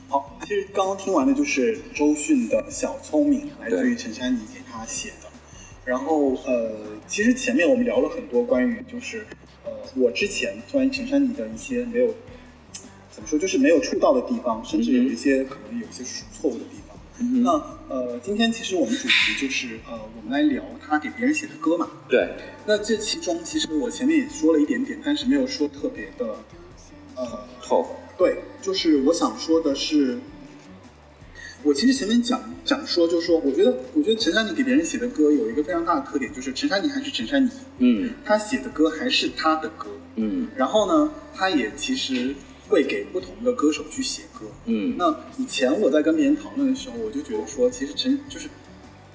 S2: 好，其实刚刚听完的就是周迅的《小聪明》，来自
S1: 对
S2: 于陈珊妮给她写的。然后呃，其实前面我们聊了很多关于就是呃，我之前关于陈珊妮的一些没有怎么说，就是没有触到的地方，甚至有一些、可能有一些错误的地方。
S1: 嗯
S2: 那
S1: 哼，
S2: 呃，今天其实我们主题就是呃，我们来聊她给别人写的歌嘛。
S1: 对，
S2: 那这其中其实我前面也说了一点点，但是没有说特别的呃
S1: 透，
S2: 对，就是我想说的是，我其实前面讲讲说，就是说，我觉得，我觉得陈珊妮给别人写的歌有一个非常大的特点，就是陈珊妮还是陈珊妮，
S1: 嗯
S2: 她写的歌还是她的歌。
S1: 嗯
S2: 然后呢，她也其实会给不同的歌手去写歌。
S1: 嗯，
S2: 那以前我在跟别人讨论的时候，我就觉得说，其实陈就是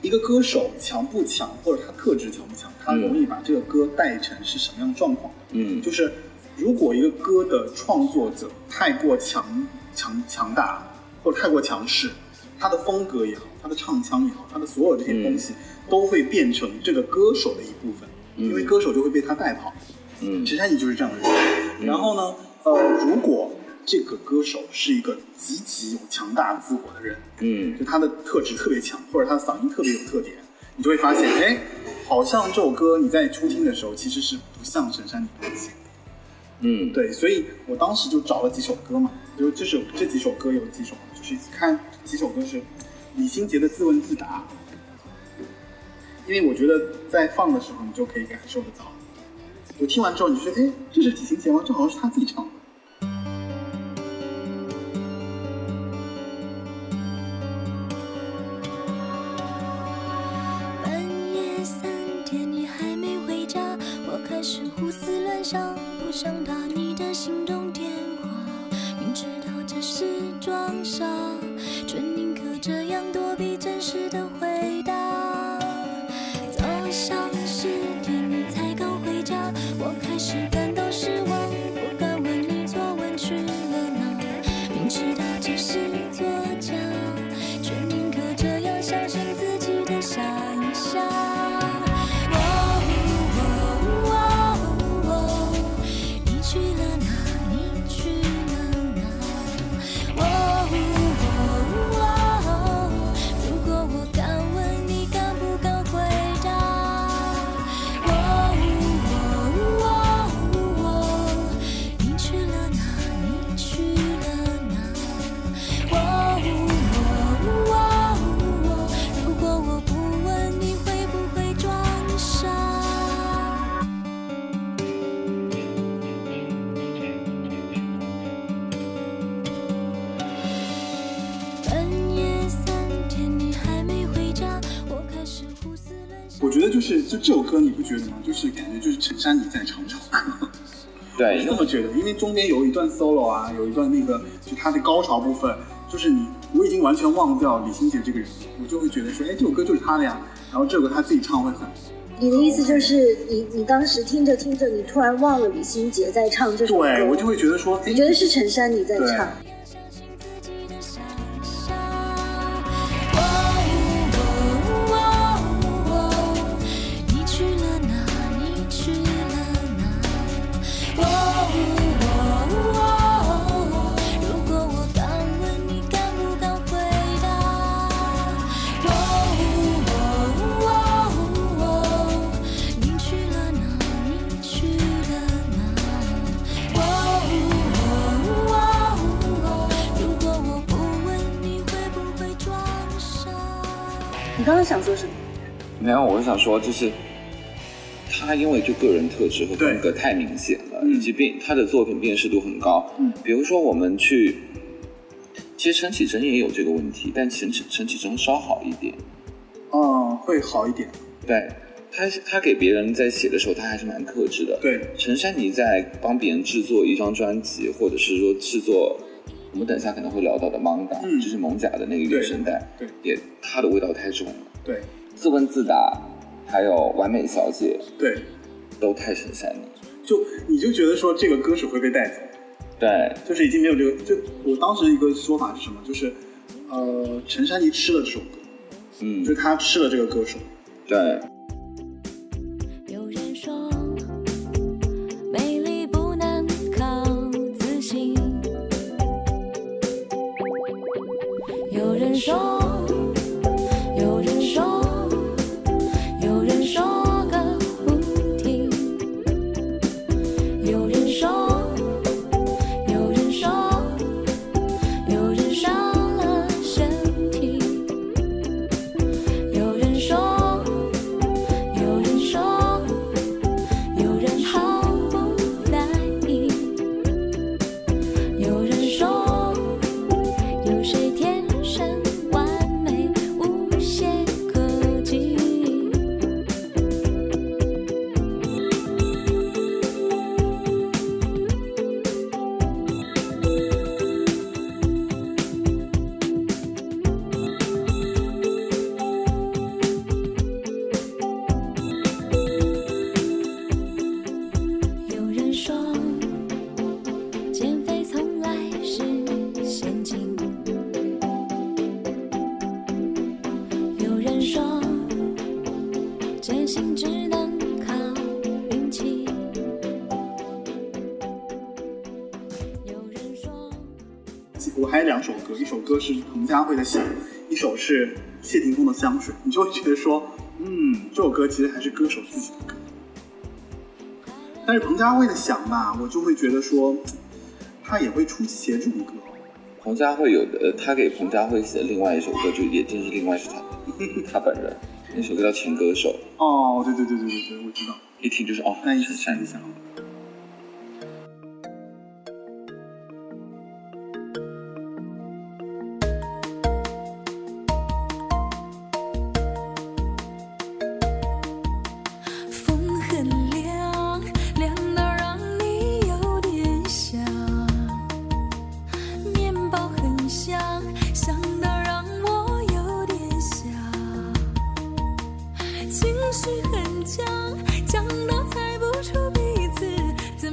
S2: 一个歌手强不强，或者他特质强不强，他容易把这个歌带成是什么样的状况。
S1: 嗯
S2: 就是如果一个歌的创作者太过强强强大，或者太过强势，他的风格也好，他的唱腔也好，他的所有这些东西、都会变成这个歌手的一部分，因为歌手就会被他带跑。
S1: 嗯
S2: 陈珊妮就是这样的人。然后呢，呃，如果这个歌手是一个极其有强大自我的人，
S1: 嗯
S2: 就他的特质特别强，或者他的嗓音特别有特点，你就会发现，哎，好像这首歌你在初听的时候其实是不像陈珊妮的写的。
S1: 嗯，
S2: 对，所以我当时就找了几首歌嘛，就这首这几首歌有几首，就是看几首歌是李心洁的《自问自答》，因为我觉得在放的时候你就可以感受得到，就听完之后你就觉得，哎，这是李心洁吗？这好像是她自己唱的。
S4: 半夜三点，你还没回家，我开始胡思乱想，不想打你的心动电话。明知道这是装傻，却宁可这样躲避真实的回答。早上十点，你才刚回家，我开始感到失望，不敢问你昨晚去了哪。明知道这是作假，却宁可这样相信自己的想象。哦哦哦哦你去了哪？你去了哪？哦哦哦如果我敢问你，敢不敢回答？哦哦哦你去了哪？你去了哪？哦哦
S2: 觉得就是就这首歌，你不觉得吗？就是感觉就是陈珊妮在唱这首歌，我
S1: 对，
S2: 是
S1: 因
S2: 这
S1: 为
S2: 么觉得，因为中间有一段 solo 啊，有一段那个就他的高潮部分，就是你我已经完全忘掉李心洁这个人，我就会觉得说，哎，这首歌就是他的呀。然后这首歌他自己唱会很
S3: 你的意思就是你你当时听着听着，你突然忘了李心洁在唱这首歌，
S2: 对我就会觉得说，哎
S3: 你，觉得是陈珊妮在
S2: 对
S3: 唱，
S4: 要相信自己的想象。哦哦哦哦，你去了哪？你去了哪？哦哦哦哦，如果我敢问你敢不敢回答？哦哦哦哦，你去了哪？你去了哪？哦哦哦哦！如果我不问，你会不会装傻？
S3: 你刚刚想说什么？
S1: 没有，我是想说，就是他因为就个人特质和
S2: 对
S1: 风格太明显了，
S2: 嗯
S1: 以及辨他的作品辨识度很高。
S2: 嗯，
S1: 比如说我们去，其实陈绮贞也有这个问题，但陈陈陈绮贞稍好一点。
S2: 嗯，会好一点。
S1: 对，他他给别人在写的时候，他还是蛮克制的。，
S2: 对，
S1: 陈珊妮在帮别人制作一张专辑，或者是说制作，我们等一下可能会聊到的 manga，、
S2: 嗯
S1: 就是蒙甲的那个原声带，
S2: 对
S1: 也他的味道太重了。
S2: 对
S1: 自问自答，还有完美小姐，
S2: 对，
S1: 都太陈珊妮。
S2: 就你就觉得说这个歌手会被带走，
S1: 对，
S2: 就是已经没有这个。就我当时一个说法是什么？就是呃，陈珊妮吃了这首歌，
S1: 嗯
S2: 就是，她吃了这个歌手。
S1: 对，
S4: 有人说，美丽不能靠自信。有人说，有人说，有人说个不停。有人说，有人说，有人伤了身体。有人说。有人说，有人毫不在意；有人说，有谁天生完美无懈可击。有人说，减肥从来是陷阱。有人说，真心只能靠运气。有人说。
S2: 我还有两首歌，一首歌是彭佳慧的《想》，一首是谢霆锋的《香水》，你就会觉得说，嗯，这首歌其实还是歌手自己的歌。但是彭佳慧的《想》吧，我就会觉得说，她也会出写这种歌。
S1: 彭佳慧有的，呃他给彭佳慧写的另外一首歌，就也正是另外是 他他本人，那首歌叫《情歌手
S2: 哦，对对对对对对，我知道。》，
S1: 一听就是哦，
S2: 那一
S1: 陈
S2: 起
S1: 珊
S2: 想一
S1: 妮。
S2: 想。
S4: 风很凉，凉到让你有点想；面包很香，香到让我有点想；情绪很犟，犟到猜不出彼此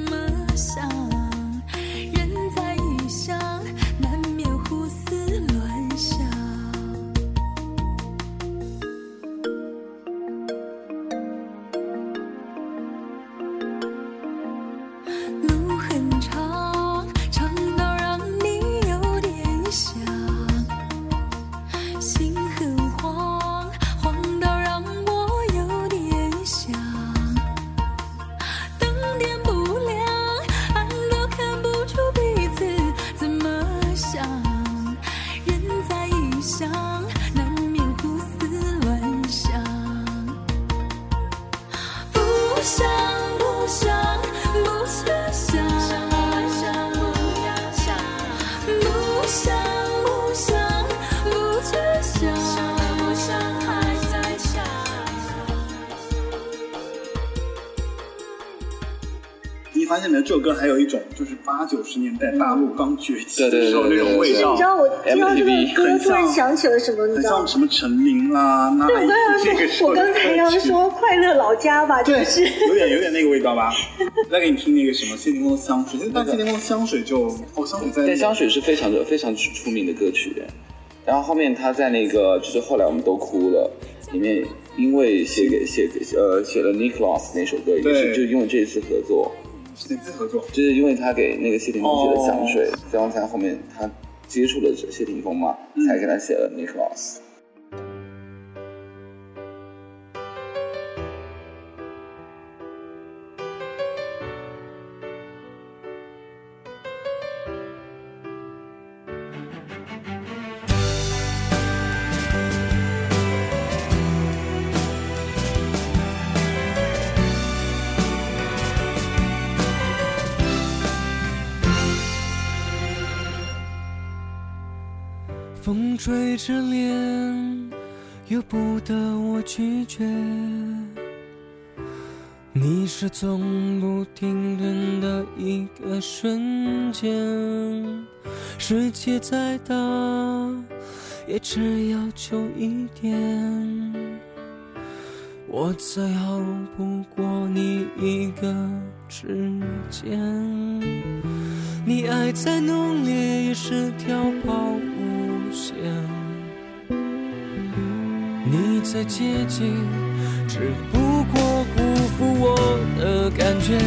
S2: 发现了这首歌还有一种就是八九十年代大陆刚崛起的时候那
S1: 对对对
S2: 种味
S1: 对
S2: 道
S1: 对
S3: 你知，道我听到这个
S1: MTV
S3: 歌，
S2: 很
S3: 突然
S2: 像
S3: 想起了什么？你
S2: 很
S3: 知道
S2: 像
S3: 吗？
S2: 什么陈琳啦、那
S3: 对，我刚才
S2: 那个时
S3: 说，
S2: 候
S3: 我
S2: 的
S3: 刚才要
S2: 歌曲
S3: 说《快乐老家》吧，就
S2: 对，
S3: 是
S2: 有点有点那个味道吧。再给你听那个什么谢霆锋的香水，但谢霆锋的香水就哦，香水在
S1: 但香水是非常的非常出名的歌曲，然后后面他在那个就是后来我们都哭了，里面因为写给写给呃写了 Nicholas 那首歌也
S2: 对
S1: 是就因为这一次合作，
S2: 是哪次合作？
S1: 就是因为他给那个谢霆锋写
S2: 哦
S1: 的香水，然后才后面他接触了谢霆锋嘛，才给他写了 Nicholas。
S5: 风吹着脸，由不得我拒绝。你是总不停顿的一个瞬间，世界再大，也只要求一点。我再好不过你一个指尖，你爱再浓烈也是跳抛无限。你再接近，只不过辜负我的感觉。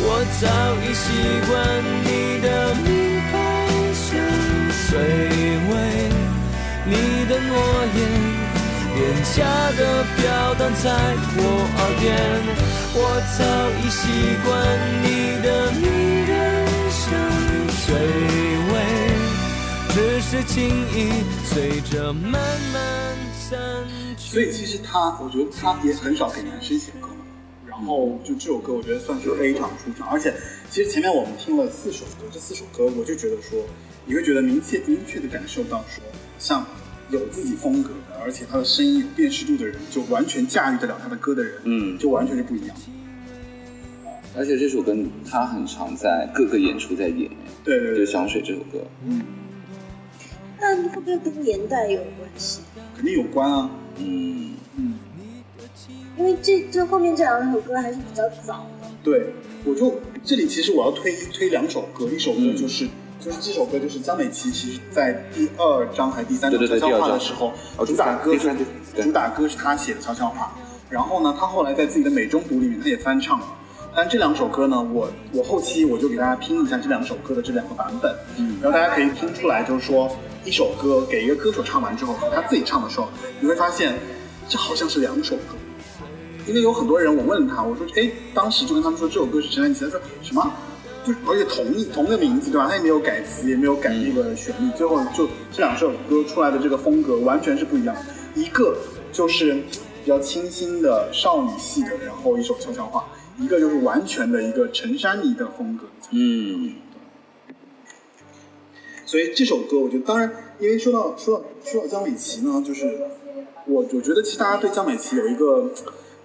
S5: 我早已习惯你的明白像水味，你的诺言。廉价的飘荡在我耳边，我早已习惯你的迷人香水味，只是轻易随着慢慢散去。
S2: 所以其实他，我觉得他也很少给男生写歌，然后就这首歌，我觉得算是非常出场。而且其实前面我们听了四首歌，这四首歌我就觉得说，你会觉得明确明确的感受到说，像有自己风格的，而且他的声音有辨识度的人，就完全驾驭得了他的歌的人，
S1: 嗯
S2: 就完全是不一样的。
S1: 而且这首歌他很常在各个演出在演，
S2: 对对
S1: 就
S2: 对，
S1: 香水这首歌，
S3: 那会不会跟年代有关系？
S2: 肯定有关啊。
S1: 嗯，
S2: 嗯，
S3: 因为这这后面这两首歌还是比较早的，
S2: 对，我就这里其实我要推推两首歌，一首歌
S1: 嗯
S2: 就是、就是这首歌就是江美琪，其实在第二章还是第三章
S1: 对
S2: 悄
S1: 对对
S2: 悄
S1: 第
S2: 话
S1: 二
S2: 的
S1: 章
S2: 时候，
S1: 哦
S2: 主打歌
S1: 第
S2: 是
S1: 三第对
S2: 主打歌是她写的悄悄话，然后呢，她后来在自己的美中读里面她也翻唱了。但这两首歌呢，我我后期我就给大家拼一下这两首歌的这两个版本，
S1: 嗯
S2: 然后大家可以听出来，就是说一首歌给一个歌手唱完之后，和他自己唱的时候，你会发现这好像是两首歌。因为有很多人，我问他，我说，哎，当时就跟他们说这首歌是陈岚琪，他说什么？就是而且同一同一个名字对吧？他也没有改词，也没有改那个旋律，最后就这两首歌出来的这个风格完全是不一样的。一个就是比较清新的少女系的，然后一首悄悄话；一个就是完全的一个陈珊妮的风格。
S1: 嗯，
S2: 所以这首歌，我觉得当然，因为说到说到说到江美琪呢，就是我我觉得其实大家对江美琪有一个，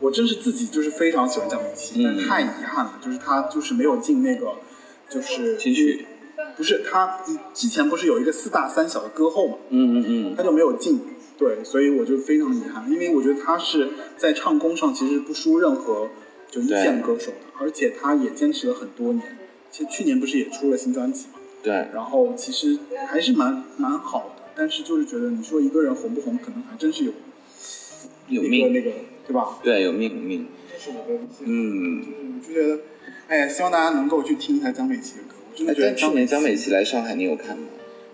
S2: 我真是自己就是非常喜欢江美琪，但
S1: 嗯
S2: 太遗憾了，就是她就是没有进那个就是
S1: 金曲，
S2: 不是她以之前不是有一个四大三小的歌后嘛，
S1: 嗯嗯
S2: 她就没有进，对，所以我就非常遗憾，因为我觉得她是在唱功上其实不输任何就一线歌手的，而且她也坚持了很多年，其实去年不是也出了新专辑嘛。
S1: 嗯，对，
S2: 然后其实还是蛮蛮好的，但是就是觉得你说一个人红不红，可能还真是有
S1: 有
S2: 那个
S1: 命，
S2: 那个，对吧？
S1: 对，有命有命，
S2: 这是我的一些，
S1: 嗯。
S2: 嗯，就觉得，哎呀，希望大家能够去听一下江美琪的歌，我真的
S1: 哎
S2: 觉得
S1: 但去年江美
S2: 美
S1: 琪来上海，你有看吗？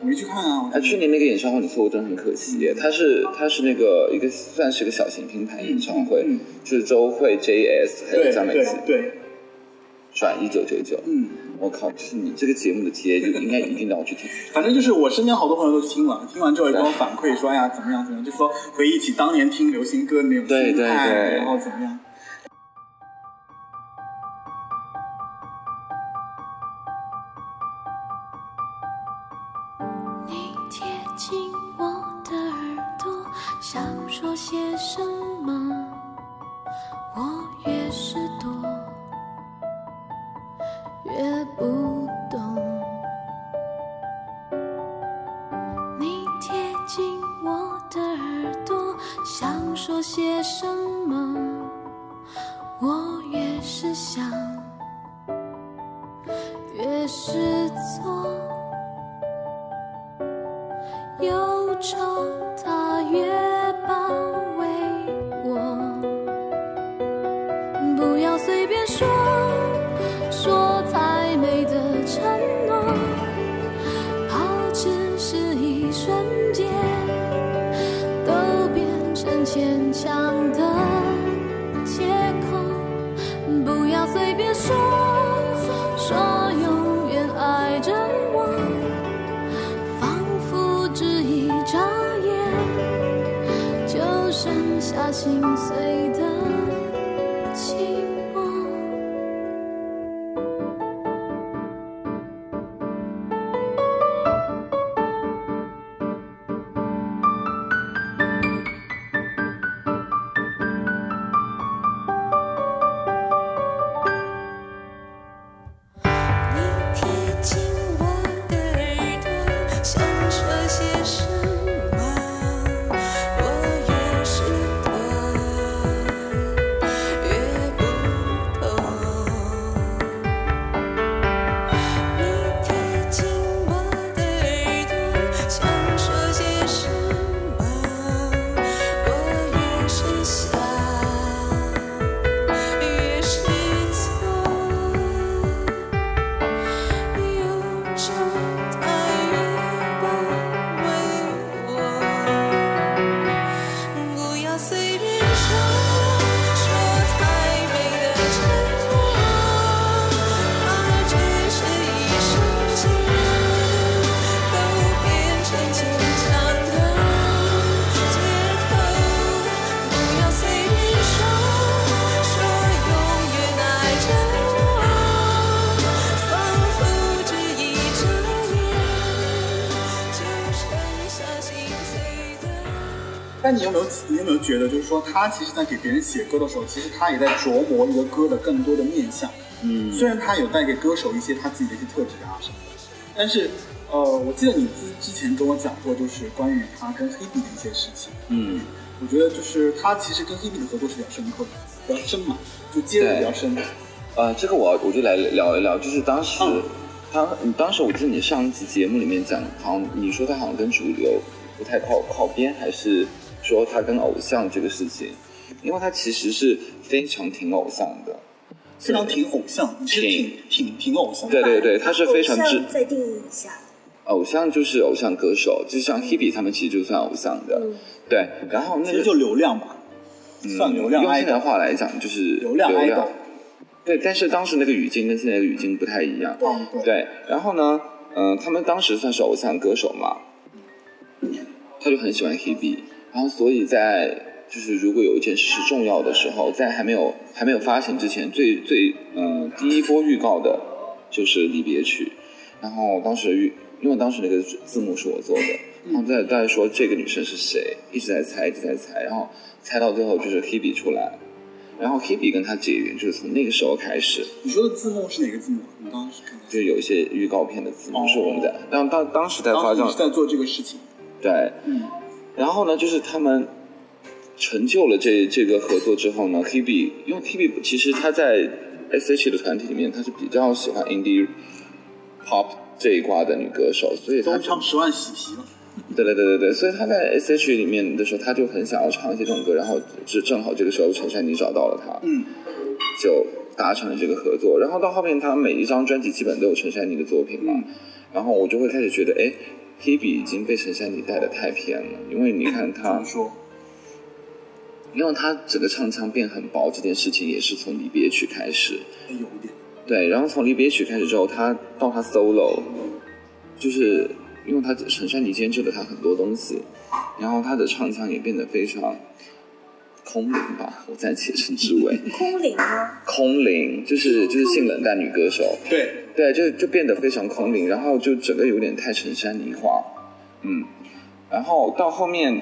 S2: 我没去看啊，我
S1: 哎，去年那个演唱会你错过真的很可惜耶。它是它是那个一个算是个小型品牌演唱会，
S2: 嗯嗯
S1: 是周慧 JS 还有
S2: 对
S1: 张美琪
S2: 对对，
S1: 转一九九九。
S2: 嗯，
S1: 我靠，就是你这个节目的 TA 就应该一定要去听。
S2: 反正就是我身边好多朋友都听了，听完之后也跟我反馈说，哎呀，怎么样怎么样，就说回忆起当年听流行歌的那种心态，
S1: 对对对
S2: 然后怎么样。
S4: 你贴近我的耳朵，想说些什么，我越是躲，说些什么，我越是想，越是错，忧愁它越包围我。不要随便说，说太美的承诺，怕只是一瞬间。都变成牵强的借口。不要随便说，说永远爱着我，仿佛只一眨眼，就剩下心碎的寂寞。你贴近我的耳朵，想说些什么，我越是躲，越不懂。你贴近我的耳朵，想说些什么，我越是想，越是错。忧愁它越包围我，不要随便说说太美的承诺，怕只是一瞬间，都变成牵强的借口。不要随便说说永远爱着我。仿佛只一眨眼，就剩下心碎的。
S2: 但你有没有你有没有觉得，就是说他其实在给别人写歌的时候，其实他也在琢磨一个歌的更多的面向。
S1: 嗯，
S2: 虽然他有带给歌手一些他自己的一些特质啊什么的，但是呃，我记得你之之前跟我讲过，就是关于他跟黑 e 的一些事情。
S1: 嗯，
S2: 我觉得就是他其实跟黑 e 的合作是比较深刻的，比较深嘛，就接的比较深。
S1: 呃，这个我我就来聊一聊，就是当时
S2: 嗯
S1: 他，你当时我记得你上一期节目里面讲，好像你说他好像跟主流不太靠靠边，还是说他跟偶像这个事情，因为他其实是非常挺偶像的，
S2: 非常挺偶像，你是挺挺挺偶像的。
S1: 对对对，他是非常
S3: 偶
S1: 知
S3: 像再定义一下，
S1: 偶像就是偶像歌手，就像 Hebe 他们其实就算偶像的，
S3: 嗯
S1: 对。然后那
S2: 嗯其实
S1: 个
S2: 就流量吧，
S1: 嗯
S2: 算流量
S1: 用现在
S2: idol，
S1: 话来讲就是
S2: 流量 idol。
S1: 对，但是当时那个语境跟现在的语境不太一样。
S2: 嗯，对，
S1: 对，然后呢，嗯、他们当时算是偶像歌手嘛，他就很喜欢 Hebe，然后所以在就是如果有一件事是重要的时候，在还没有还没有发行之前，最最嗯、呃第一波预告的就是离别曲，然后当时预因为当时那个字幕是我做的，然后在在说这个女生是谁，一直在猜一直在猜，然后猜到最后就是 Hebe 出来。然后 Hebe 跟她结缘，就是从那个时候开始，
S2: 你说的字幕是哪个字幕？你当时看到
S1: 就是有一些预告片的字幕
S2: 哦
S1: 是我们在，当当当时在
S2: 然后
S1: 发
S2: 你
S1: 酵
S2: 是，在做这个事情。
S1: 对，
S2: 嗯，
S1: 然后呢，就是他们成就了这这个合作之后呢，Hebe，因为 Hebe 其实他在 S.H 的团体里面，他是比较喜欢 indie pop 这一挂的女歌手，所以他
S2: 都唱十万喜皮了。
S1: 对对对对对，所以他在 S.H 里面的时候，他就很想要唱一些这种歌，然后就正好这个时候陈珊妮找到了他，
S2: 嗯，
S1: 就达成了这个合作。然后到后面，他每一张专辑基本都有陈珊妮的作品嘛，然后我就会开始觉得，哎，Hebe 已经被陈珊妮带的太偏了，因为你看
S2: 怎
S1: 他
S2: 么，说？
S1: 因为他整个唱腔变很薄这件事情，也是从离别曲开始，
S2: 哎有一点。
S1: 对，然后从离别曲开始之后，他到他 solo，就是因为他陈珊妮监制了他很多东西，然后他的唱腔也变得非常空灵吧，我暂且称之为
S3: 空灵 吗？
S1: 空灵，就是就是性冷淡女歌手，
S2: 对，
S1: 对，就就变得非常空灵，然后就整个有点太陈珊妮化，嗯，然后到后面，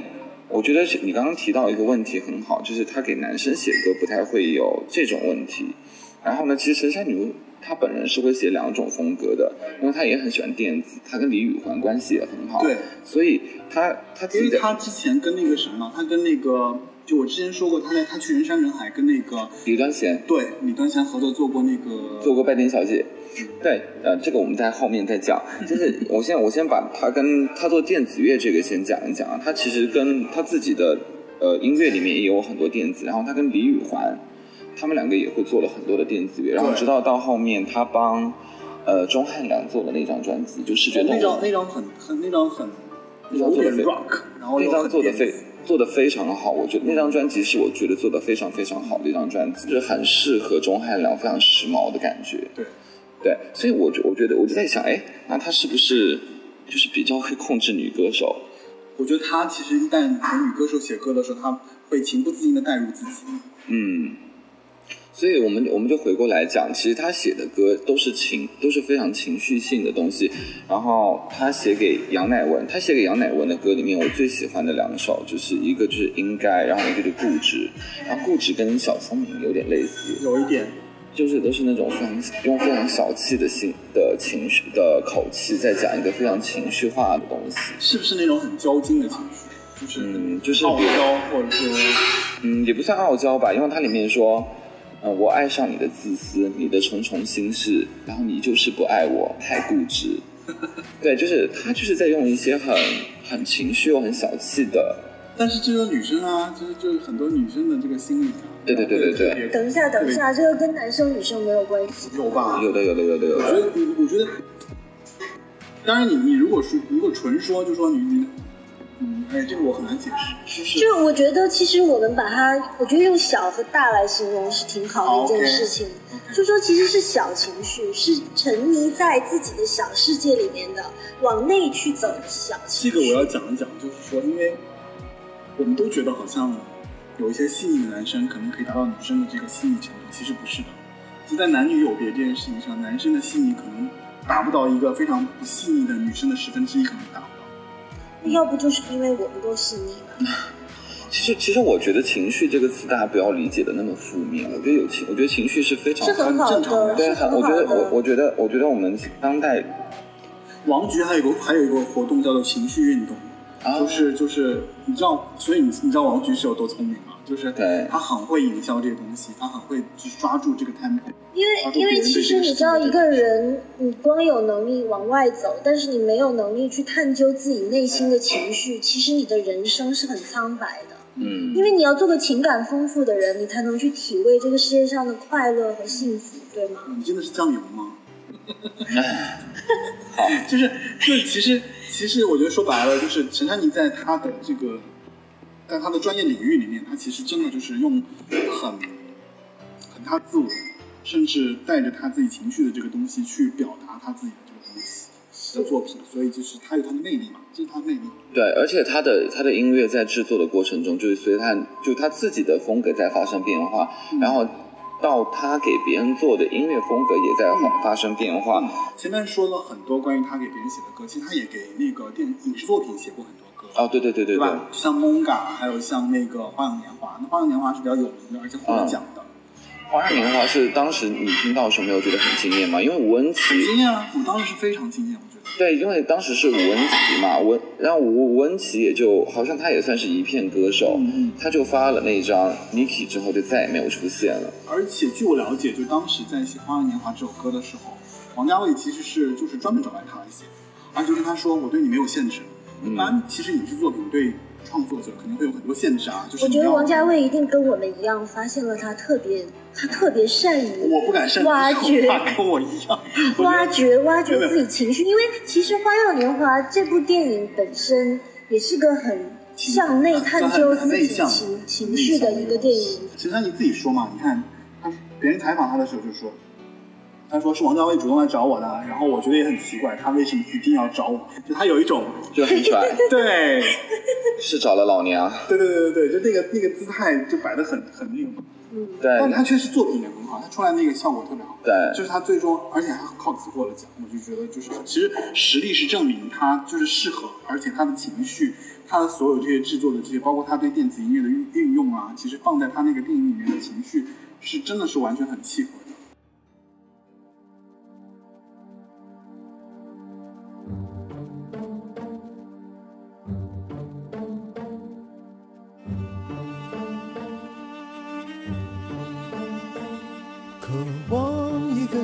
S1: 我觉得是你刚刚提到一个问题很好，就是他给男生写歌不太会有这种问题。然后呢，其实陈珊妮她本人是会写两种风格的，因为她也很喜欢电子，她跟李宇环关系也很好，
S2: 对，
S1: 所以她她自己
S2: 因为
S1: 的
S2: 他之前跟那个什么，他跟那个就我之前说过，他在他去人山人海跟那个
S1: 李端贤
S2: 对李端贤合作做过那个
S1: 做过拜天小姐。对，呃，这个我们在后面再讲。就是我先我先把他跟他做电子乐这个先讲一讲啊，他其实跟他自己的呃音乐里面也有很多电子，然后他跟李宇环，他们两个也会做了很多的电子乐，然后
S2: 对
S1: 直到到后面他帮呃钟汉良做的那张专辑，就视觉动
S2: 哦那
S1: 物
S2: 张那张很很那张很
S1: 那张
S2: 有
S1: 做得
S2: 点
S1: 非
S2: rock，然后
S1: 那
S2: 又
S1: 张
S2: 很
S1: 做的
S2: 电
S1: 非
S2: 子
S1: 做的非常好，我觉得那张专辑是我觉得做的非常非常好的一张专辑，就是很适合钟汉良非常时髦的感觉。
S2: 对
S1: 对，所以我就我觉得我就在想，哎，那他是不是就是比较会控制女歌手？
S2: 我觉得他其实一旦给女歌手写歌的时候，他会情不自禁的带入自己。
S1: 嗯，所以我们我们就回过来讲，其实他写的歌都是情，都是非常情绪性的东西。然后他写给杨乃文，他写给杨乃文的歌里面，我最喜欢的两首，就是一个就是应该，然后一个就是固执。然后固执跟小聪明有点类似，
S2: 有一点，
S1: 就是都是那种非常用非常小气的心的情绪的口气，在讲一个非常情绪化的东西。
S2: 是不是那种很交金的情绪？就是
S1: 嗯就是
S2: 傲娇，或者是
S1: 嗯，也不算傲娇吧，因为它里面说，嗯、我爱上你的自私，你的重重心事，然后你就是不爱我，太固执。 对，就是他就是在用一些很很情绪又很小气的，
S2: 但是这就是女生啊，就是就是很多女生的这个心理啊。
S1: 对对对对对
S2: 对
S3: 等一下，等一下，这个跟男生女生没有关系。
S2: 有吧？
S1: 有的有的有的有
S2: 我觉
S1: 的，
S2: 得，我觉得，当然你，你如果说如果纯说，就说你你，嗯，哎，这个我很难解释，就是
S3: 就我觉得，其实我们把它，我觉得用小和大来形容是挺好的一件事
S2: 哦
S3: 情。
S2: 嗯
S3: 就说其实是小情绪，是沉迷在自己的小世界里面的，往内去走的小情
S2: 这
S3: 绪。
S2: 个我要讲一讲，就是说，因为我们都觉得好像有一些细腻的男生可能可以达到女生的这个细腻程度，其实不是的。就在男女有别这件事情上，男生的细腻可能达不到一个非常不细腻的女生的十分之一，可能达不到。
S3: 要不就是因为我们够细腻嘛。
S1: 其实其实我觉得情绪这个词大家不要理解的那么负面，我觉得有情，我觉得情绪是非常
S3: 是很好
S2: 很正常的
S3: 的，
S1: 对，
S3: 是
S1: 很
S3: 很
S1: 我
S3: 好
S1: 觉得我
S3: 的。
S1: 我觉得我觉得我们当代
S2: 王菊还有一个还有一个活动叫做情绪运动，
S1: 啊
S2: 就是就是你知道，所以你你知道王菊是有多聪明吗？就是
S1: 对
S2: 他很会营销这个东西，他很会去抓住这个 tempo。
S3: 因
S2: 抓
S3: 为
S2: 住
S3: 因
S2: 别
S3: 为
S2: 人
S3: 其
S2: 对这
S3: 实
S2: 个
S3: 你
S2: 事
S3: 知
S2: 情
S3: 道，
S2: 的
S3: 一个人你光有能力往外走，但是你没有能力去探究自己内心的情绪，其实你的人生是很苍白的。
S1: 嗯
S3: 因为你要做个情感丰富的人，你才能去体味这个世界上的快乐和幸福，对吗？
S2: 你真的是酱油吗？ 就是就是，其实其实我觉得说白了，就是陈珊妮在她的这个，在她的专业领域里面，她其实真的就是用很很她自我，甚至带着她自己情绪的这个东西去表达她自己的这个东西的作品，所以就是她有她的魅力嘛，这是她的魅力。
S1: 对，而且他的他的音乐在制作的过程中，就是随着他就他自己的风格在发生变化，
S2: 嗯
S1: 然后到他给别人做的音乐风格也在
S2: 嗯
S1: 发发生变化。
S2: 前面说了很多关于她给别人写的歌，其实她也给那个电影视作品写过很多歌。
S1: 哦，对对对对
S2: 对吧？就像《蒙嘎》，还有像那个《花样年华》，那《花样年华》是比较有名的，而且获了奖的。
S1: 花样年华是当时你听到的时候没有觉得很惊艳吗？因为吴恩
S2: 很惊
S1: 琪，
S2: 艳啊！我当时是非常惊艳，我觉得。
S1: 对，因为当时是吴恩琪嘛，吴然后吴吴恩琪也就好像他也算是一片歌手，
S2: 嗯嗯
S1: 他就发了那张 Niki 之后就再也没有出现了。
S2: 而且据我了解，就当时在写《花样年华》这首歌的时候，王家卫其实是就是专门找来他来写，而且就跟他说：“我对你没有限制。”一般其实影视作品对创作者肯定会有很多限制啊，就是
S3: 我
S2: 你
S3: 觉得
S2: 要
S3: 王家卫一定跟我们一样，发现了他特别，他特别善于
S2: 我不敢擅自
S3: 挖掘
S2: 说话跟我一样，我觉得
S3: 挖掘挖掘
S2: 没有
S3: 自己情绪，因为其实《花样年华》这部电影本身也是个很向内探究
S2: 很
S3: 自
S2: 内
S3: 己
S2: 向
S3: 情情绪的一个电影。
S2: 其实他你自己说嘛，你看他别人采访他的时候就说，他说是王家卫主动来找我的，然后我觉得也很奇怪，他为什么一定要找我？就他有一种
S1: 就 很拽，
S2: 对
S1: 是找了老娘。
S2: 对对对对对，就那个那个姿态就摆的很很那个嘛。
S3: 嗯，
S1: 对
S2: 但他确实作品也很好，他出来那个效果特别好。
S1: 呃对，
S2: 就是他最终，而且还靠此获了奖，我就觉得就是其实实力是证明他就是适合，而且他的情绪，他的所有这些制作的这些，包括他对电子音乐的运运用啊，其实放在他那个电影里面的情绪，是真的是完全很契合的。
S4: 我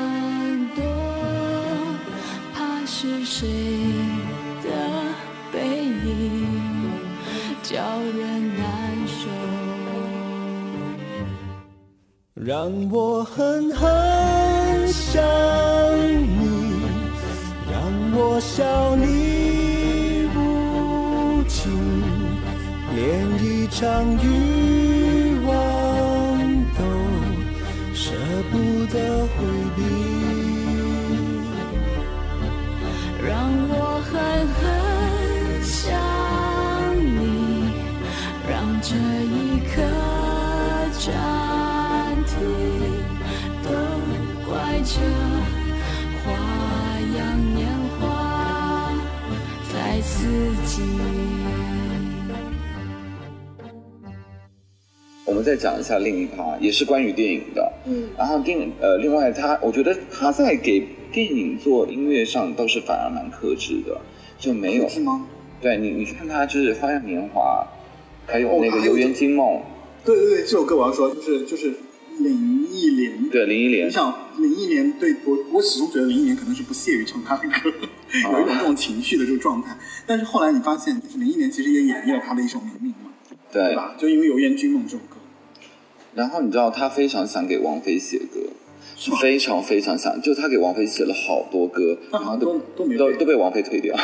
S6: 躲，怕是谁的背影叫人难受。
S7: 让我狠狠想你，让我笑你无情，连一场欲望都舍不得回避。
S6: 让我狠狠想你，让这一刻暂停。都怪这花样年华太刺激。
S1: 我们再讲一下另一趴，也是关于电影的。
S3: 嗯
S1: 然后电影呃，另外他，我觉得他在给电影做音乐上倒是反而蛮克制的，就没有
S2: 是吗？
S1: 对你你看他就是《花样年华》，还有那个《
S2: 哦还有
S1: 游园惊梦》
S2: 对对对，这首歌我要说，就是就是林忆莲。
S1: 对林忆
S2: 你
S1: 莲，
S2: 想林忆莲对我，我始终觉得林忆莲可能是不屑于唱她的歌，有一种这种情绪的这个状态。但是后来你发现，就是林忆莲其实也演绎了她的一首《明明》嘛，对
S1: 对。
S2: 吧？就因为《游园惊梦》这首歌，
S1: 然后你知道他非常想给王菲写歌，
S2: 吗
S1: 非常非常想，就他给王菲写了好多歌，
S2: 那
S1: 然
S2: 好
S1: 后
S2: 像
S1: 都
S2: 都都没
S1: 都
S2: 被
S1: 都被王菲推掉。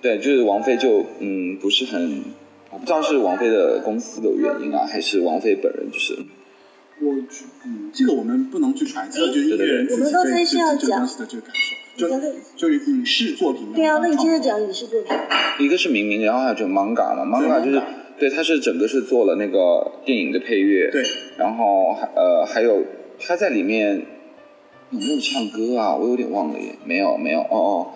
S2: 对，
S1: 对，就是王菲就嗯不是很，我不知道是王菲的公司的原因啊，还是王菲本人就是
S2: 我觉嗯，这个我们不能去揣测，就是音乐人自己
S3: 我们刚才
S2: 对
S3: 是
S2: 这
S3: 要
S2: 这这个
S3: 讲
S2: 东西的这个感受，
S3: 你刚才
S2: 就就是影视作品的
S3: 对啊，那你接着
S2: 创作
S3: 讲影视作品。
S1: 一个是明明，然后还有这个 manga 嘛
S2: 对
S1: ，manga 就是
S2: manga
S1: 对，他是整个是做了那个电影的配乐，
S2: 对，
S1: 然后还呃还有他在里面有没有唱歌啊？我有点忘了耶，没有没有哦哦，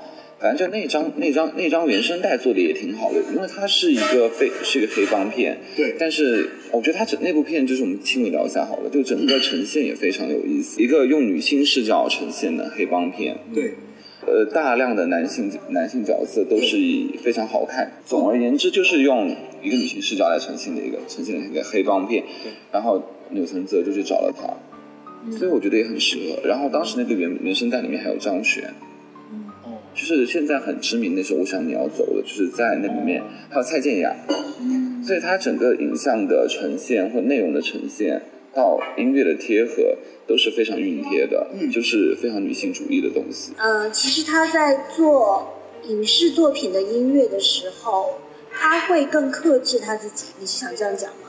S1: 反正就那张那张那张原声带做的也挺好的，因为它是一个非是一个黑帮片，
S2: 对
S1: 但是我觉得它整那部片就是我们轻微聊一下好了，就整个呈现也非常有意思，一个用女性视角呈现的黑帮片，
S2: 对
S1: 呃，大量的男性男性角色都是以非常好看。总而言之，就是用一个女性视角来呈现的一个呈现的一个黑帮片。然后钮承泽就去找了他，所以我觉得也很适合。然后当时那个原原声带里面还有张悬，
S2: 哦，
S1: 就是现在很知名的时候，我想你要走了，就是在那里面还有蔡健雅，所以它整个影像的呈现或内容的呈现到音乐的贴合都是非常熨贴的，
S2: 嗯
S1: 就是非常女性主义的东西。
S3: 呃，其实他在做影视作品的音乐的时候，他会更克制他自己。你是想这样讲吗？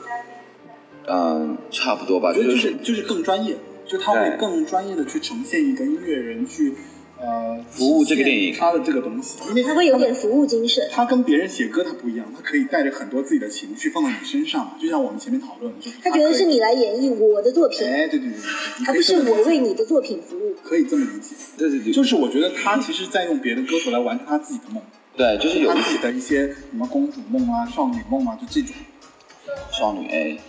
S1: 嗯，差不多吧，
S2: 我觉
S1: 就
S2: 得就是是就是更专业，就他会
S1: 对
S2: 更专业的去呈现一个音乐人去呃
S1: 服务这个电影
S2: 体现他的这个东西，因为
S3: 他会有点服务精神。
S2: 他跟别人写歌他不一样，他可以带着很多自己的情绪放到你身上，就像我们前面讨论，就是
S3: 他觉得是
S2: 可以，
S3: 你来演绎我的作品，
S2: 哎，对对对对对，你
S3: 而
S2: 可以
S3: 不是
S2: 这么
S3: 我
S2: 理解
S3: 为你的作品服务。
S2: 可以这么理解，
S1: 对对对，
S2: 就是是我觉得他其实在用别的歌手来完成他自己的梦，
S1: 对，嗯就是有
S2: 他
S1: 一
S2: 自己
S1: 些
S2: 的一些什么公主梦啊、少女梦啊，就这种。
S1: 少女 A，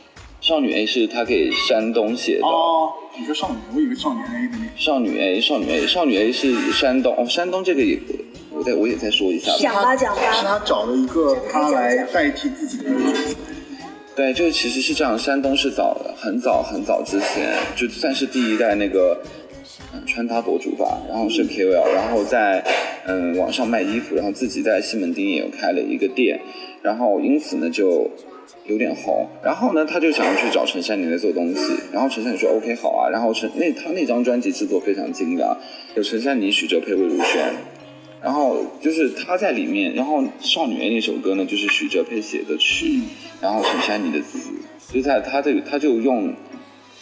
S1: 少女 A 是她给山东写的，
S2: 哦，你说少女，我以为少年 A 的那个。
S1: 少女 A，少女 A，少女 A 是山东，哦，山东这个也，我再我也再说一下吧，
S3: 讲吧讲吧
S2: 是他找了一个他来
S3: 讲吧
S2: 代替自己的角色。
S1: 对，就是其实是这样，山东是早的，很早很早之前，就算是第一代那个嗯穿搭博主吧，然后是 KOL，然后在嗯网上卖衣服，然后自己在西门町也有开了一个店，然后因此呢就有点红，然后呢他就想要去找陈珊妮来做东西，然后陈珊妮说 OK 好啊，然后陈那他那张专辑制作非常精良，有陈珊妮、许哲佩、魏如萱。然后就是他在里面，然后《少女 A》那首歌呢，就是许哲佩写的曲，然后陈珊妮的词，所以他他这个他就用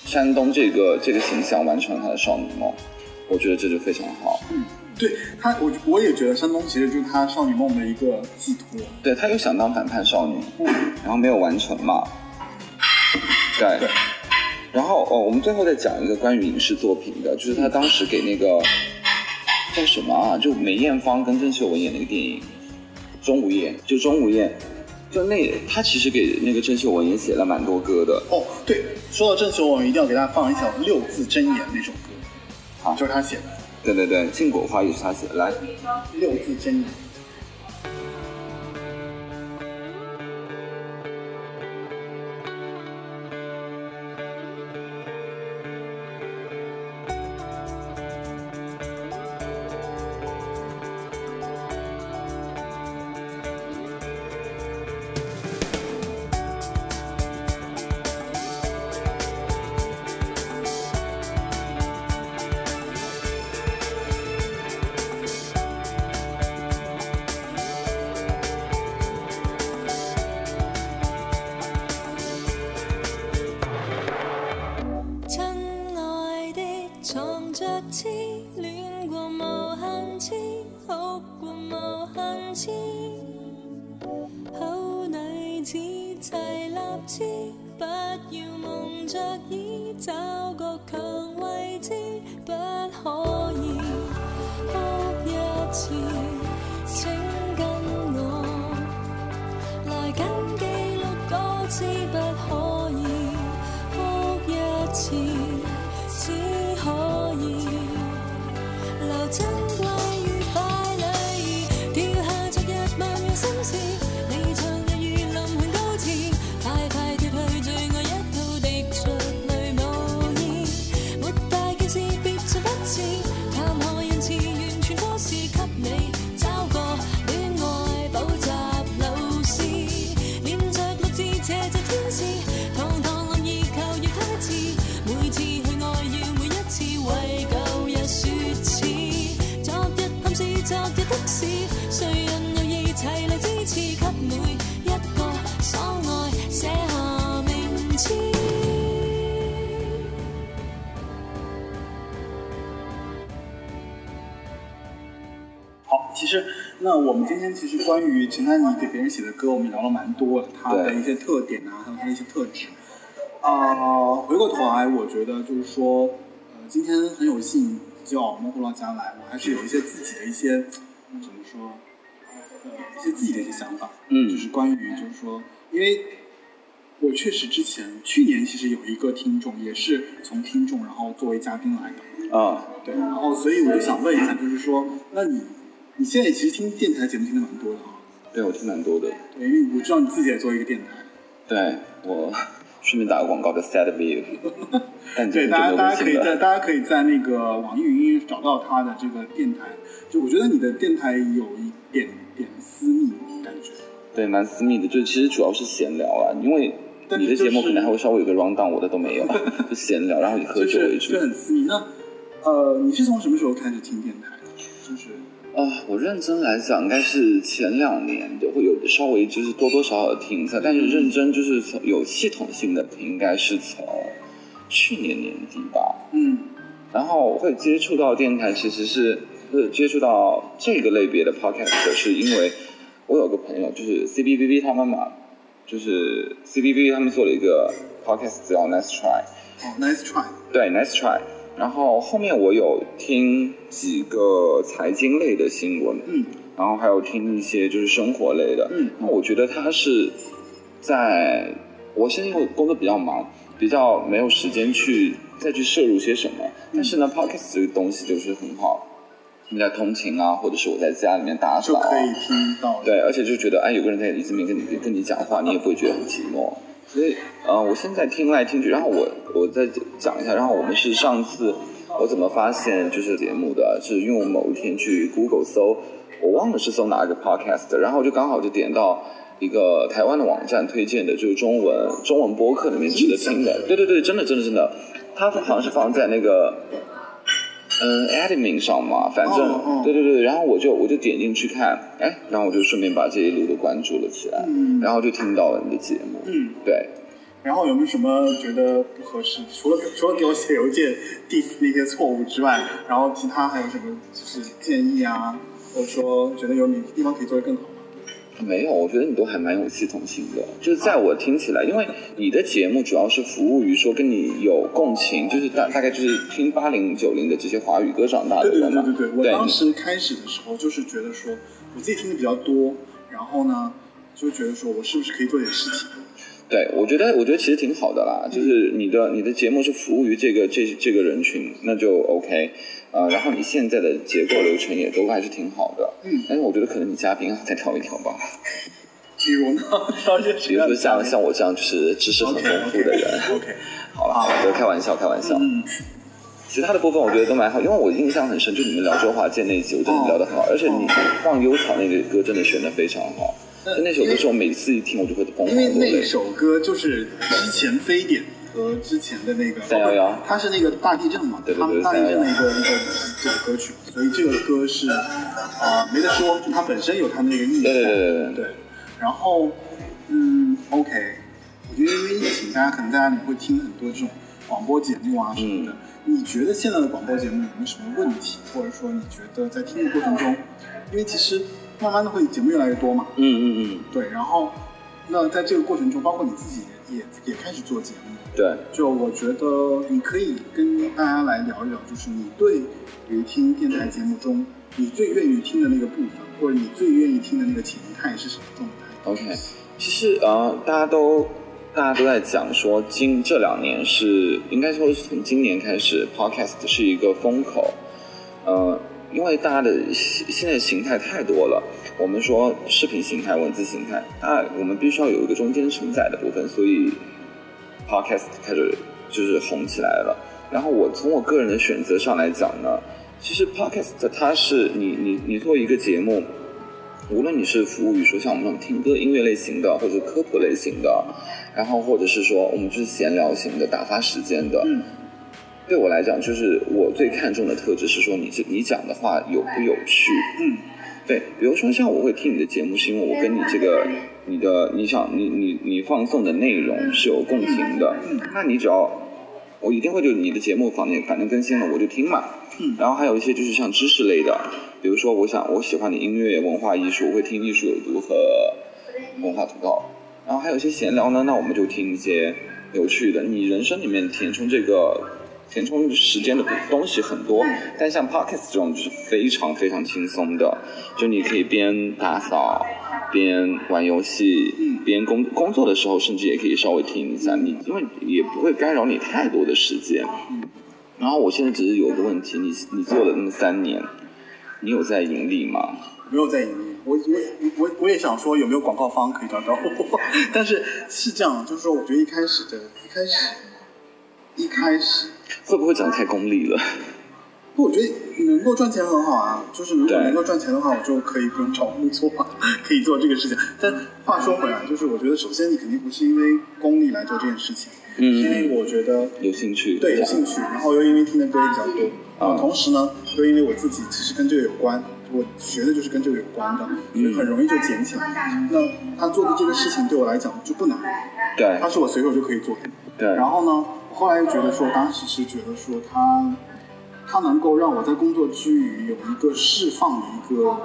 S1: 山东这个这个形象完成了他的少女梦，我觉得这就非常好。
S2: 对他，我我也觉得山东其实就是他少女梦的一个寄托。
S1: 对他又想当反叛少女，然后没有完成嘛。对。
S2: 对
S1: 然后哦，我们最后再讲一个关于影视作品的，就是他当时给那个叫什么啊？就梅艳芳跟郑秀文演那个电影《钟无艳》，就钟无艳，就那他其实给那个郑秀文也写了蛮多歌的。
S2: 哦，对，说到郑秀文，一定要给大家放一首《六字真言》那首歌，
S1: 好
S2: 就是他写的
S1: 对对对，《禁果花》也是他写的。来，
S2: 《六字真言》。
S8: 亲爱的，藏着痴，恋过无限次，哭过无限次。好女子齐立志，不要蒙着耳，找个强位置，不可以哭一次，请跟我来緊記錄歌詞，不可以哭一次，只可以留珍貴與快樂。掉下昨日萬樣心事，你像日雨淋向高詞，快快脱去最愛一套滴著淚無意。沒大件事，別再不是談何仁慈，完全過時給你找個戀愛補習老師，念着六字斜着天使，堂堂林兒求若他次，每次去愛要每一次為舊日説詞，昨日暗示昨日的事，誰人有意齊嚟支持，給每一個所愛寫下名字。
S2: 好，其实那我们今天其实关于陈珊妮给别人写的歌，我们聊了蛮多的，她的
S1: 对
S2: 一些特点啊，还有她的一些特质。啊，回过头来，我觉得就是说，呃，今天很有幸叫我们回到家来，我还是有一些自己的一些嗯怎么说，呃，一些自己的一些想法，
S1: 嗯
S2: 就是关于就是说，因为我确实之前去年其实有一个听众也是从听众然后作为嘉宾来的，
S1: 啊、
S2: 对，然后所以我就想问一下，就是说，那你你现在其实听电台节目听的蛮多的啊，
S1: 对我听蛮多的。
S2: 对，因为我知道你自己也做一个电台，
S1: 对我 顺便打个广告的 Sad View，但这
S2: 对，
S1: 个就没
S2: 大家
S1: 有微
S2: 大家可以
S1: 信
S2: 在
S1: 了。
S2: 大家可以在那个网易云音乐找到他的这个电台，就我觉得你的电台有一点点私密感觉，
S1: 对，蛮私密的，就其实主要是闲聊啊，因为
S2: 但是
S1: 你的节目
S2: 就
S1: 可
S2: 是
S1: 能还会稍微有个 round down，我的都没有， 就闲聊，然后以喝
S2: 就
S1: 酒
S2: 是
S1: 为
S2: 就
S1: 主。
S2: 很私密。那呃，你是从什么时候开始听电台的？就是
S1: 啊、我认真来讲，应该是前两年就会有稍微就是多多少少的听一下，但
S2: 嗯
S1: 是认真就是从有系统性的听，应该是从去年年底吧。
S2: 嗯
S1: 然后会接触到电台，其实是呃接触到这个类别的 podcast，是因为我有个朋友就是 C B B B 他们嘛，就是 C B B B 他们做了一个 podcast 叫 Nice Try，
S2: 哦，nice try，
S1: 对，Nice Try。然后后面我有听几个财经类的新闻，
S2: 嗯
S1: 然后还有听一些就是生活类的。
S2: 嗯
S1: 那我觉得他是在我现在因为工作比较忙，比较没有时间去再去摄入些什么。
S2: 嗯
S1: 但是呢，podcast 这个东西就是很好，你在通勤啊，或者是我在家里面打
S2: 就
S1: 扫、
S2: 可
S1: 啊，
S2: 以听到。
S1: 对，而且就觉得哎，有个人在你这边跟你跟你讲话，你也不会觉得很寂寞。所以，呃，我现在听来听去，然后我我再讲一下，然后我们是上次我怎么发现就是节目的，是因为我某一天去 Google 搜，我忘了是搜哪个 podcast，然后就刚好就点到一个台湾的网站推荐的，就是中文中文播客里面值得听的，对对对，真的真的真的，它好像是放在那个。嗯，admin 上嘛，反正
S2: 哦哦
S1: 对对对，然后我就我就点进去看，哎，然后我就顺便把这一路都关注了起来，
S2: 嗯
S1: 然后就听到了你的节目，
S2: 嗯，
S1: 对，
S2: 然后有没有什么觉得不合适？除了除了给我写邮件 diss 那些错误之外，然后其他还有什么就是建议啊，或者说觉得有哪个地方可以做得更好吗？
S1: 没有，我觉得你都还蛮有系统性的。就是在我听起来，因为你的节目主要是服务于说跟你有共情，就是大大概就是听八零九零的这些华语歌长大的
S2: 对对
S1: 人
S2: 对
S1: 嘛。
S2: 对对，我当时开始的时候就是觉得说，我自己听的比较多，然后呢，就觉得说我是不是可以做点事情？
S1: 对，我觉得我觉得其实挺好的
S2: 嗯
S1: 啦，就是你的你的节目是服务于这个这这个人群，那就 OK，呃，然后你现在的结构流程也都还是挺好的，
S2: 嗯
S1: 但是我觉得可能你嘉宾要再挑一挑吧，
S2: 比如呢， 挑一些什
S1: 比
S2: 么
S1: 如说
S2: 样的
S1: 像
S2: 嘉宾
S1: 像我这样就是知识很丰
S2: OK
S1: 富的人
S2: OK，
S1: 好了，好的，开玩笑，开玩笑，
S2: 嗯，
S1: 其他的部分我觉得都蛮好，因为我印象很深，就你们聊周华健那一集，我真的聊得
S2: 哦
S1: 很好，而且你放幽草那个歌真的选的非常好，就那首歌是我每次一听我就会疯狂
S2: 嗯因为
S1: 落泪
S2: 那。首歌就是之前非典和之前的那个
S1: 311
S2: 它是那个大地震嘛，
S1: 对对对
S2: 他们大地震的
S1: 311
S2: 一个一个这首歌曲，所以这个歌是啊、没得说，就它本身有它那个意义
S1: 对
S2: 在。
S1: 对对对对
S2: 对然后嗯，OK，我觉得因为疫情，大家可能大家你会听很多这种广播节目啊什么的。
S1: 嗯
S2: 你觉得现在的广播节目有没有什么问题，或者说你觉得在听的过程中，因为其实慢慢的会节目越来越多嘛，
S1: 嗯嗯嗯，
S2: 对，然后那在这个过程中，包括你自己也也也开始做节目，
S1: 对。
S2: 就我觉得你可以跟大家来聊一聊，就是你对于听电台节目中你最愿意听的那个部分，或者你最愿意听的那个情态是什么状态？
S1: OK，其实呃，大家都大家都在讲说，今这两年是应该说是从今年开始，podcast 是一个风口，呃，因为大家的现现在形态太多了，我们说视频形态、文字形态，那我们必须要有一个中间承载的部分，所以 podcast 开始就是红起来了。然后我从我个人的选择上来讲呢，其实 podcast 它是你你你做一个节目，无论你是服务于说像我们那种听歌音乐类型的，或者科普类型的，然后或者是说我们就是闲聊型的、打发时间的，
S2: 嗯，
S1: 对我来讲，就是我最看重的特质是说你这你讲的话有不有趣，
S2: 嗯，
S1: 对，比如说像我会听你的节目，是因为我跟你这个你的你想你你你放送的内
S2: 嗯
S1: 容是有共情的，那你只要我一定会就你的节目反正反正更新了我就听嘛，
S2: 嗯
S1: 然后还有一些就是像知识类的，比如说我想我喜欢的音乐文化艺术，我会听艺术有毒和文化图告，然后还有一些闲聊呢，那我们就听一些有趣的，你人生里面填充这个。填充时间的东西很多，但像 Pockets 这种就是非常非常轻松的，就你可以边打扫边玩游戏，
S2: 嗯
S1: 边工工作的时候，甚至也可以稍微听一下你，因为也不会干扰你太多的时间。然后我现在只是有个问题，你你做了那么三年，你有在盈利吗？
S2: 没有在盈利，我我我我也想说有没有广告方可以找找我， 但是是这样，就是说我觉得一开始的一开始一开始
S1: 会不会讲得太功利 了？
S2: 不，我觉得能够赚钱很好啊。就是如果
S1: 对
S2: 能够赚钱的话，我就可以不用找工作，可以做这个事情。但话说回来，就是我觉得首先你肯定不是因为功利来做这件事情，是因为
S1: 嗯，
S2: 我觉得
S1: 有兴趣。
S2: 对有兴趣，然后又因为听的歌也比较多，然后
S1: 嗯
S2: 同时呢，又因为我自己其实跟这个有关，我学的就是跟这个有关的，所以很容易就捡起来。那他做的这个事情对我来讲就不难，
S1: 对
S2: 它是我随手就可以做的。
S1: 对，
S2: 然后呢，我后来又觉得说，当时是觉得说它，它能够让我在工作之余有一个释放的一个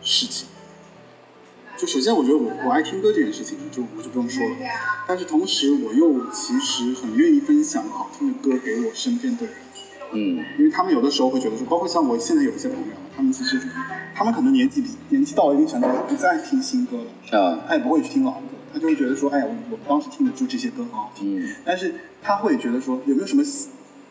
S2: 事情。就首先，我觉得我我爱听歌这件事情，就我就不用说了。但是同时，我又其实很愿意分享好听的歌给我身边的人，
S1: 嗯
S2: 因为他们有的时候会觉得说，包括像我现在有一些朋友，他们其实他们可能年纪比年纪到了一定程度，他不再听新歌了，
S1: 啊
S2: 他也不会去听老歌，他就会觉得说，哎，我我当时听的就这些歌很好听。
S1: 嗯
S2: 但是他会觉得说有没有什么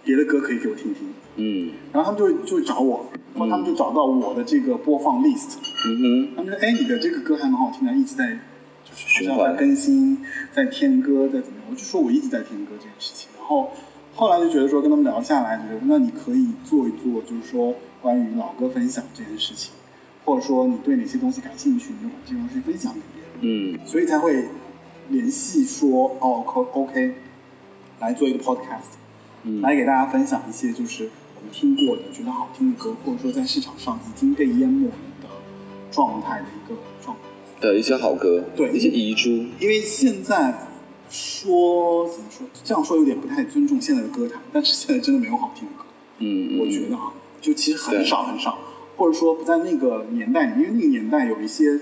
S2: 别的歌可以给我听听，
S1: 嗯
S2: 然后他们就会就会找我，然后他们就找到我的这个播放 list，
S1: 嗯哼，
S2: 他们说哎你的这个歌还蛮好听的，一直在就是
S1: 循
S2: 好像
S1: 环
S2: 在更新，在添歌，在怎么样，我就说我一直在添歌这件事情，然后后来就觉得说跟他们聊下来，觉得那你可以做一做，就是说关于老歌分享这件事情，或者说你对哪些东西感兴趣，你就把这种东西分享给别人。
S1: 嗯
S2: 所以才会联系说哦，co-，OK，来做一个 podcast，、
S1: 嗯
S2: 来给大家分享一些就是我们听过的、觉得好听的歌，或者说在市场上已经被淹没的状态的一个状态。
S1: 的一些好歌，
S2: 对
S1: 一些遗珠，
S2: 因为现在说怎么说，这样说有点不太尊重现在的歌坛，但是现在真的没有好听的歌。
S1: 嗯，嗯
S2: 我觉得啊，就其实很
S1: 对
S2: 少很少，或者说不在那个年代里，因为那个年代有一些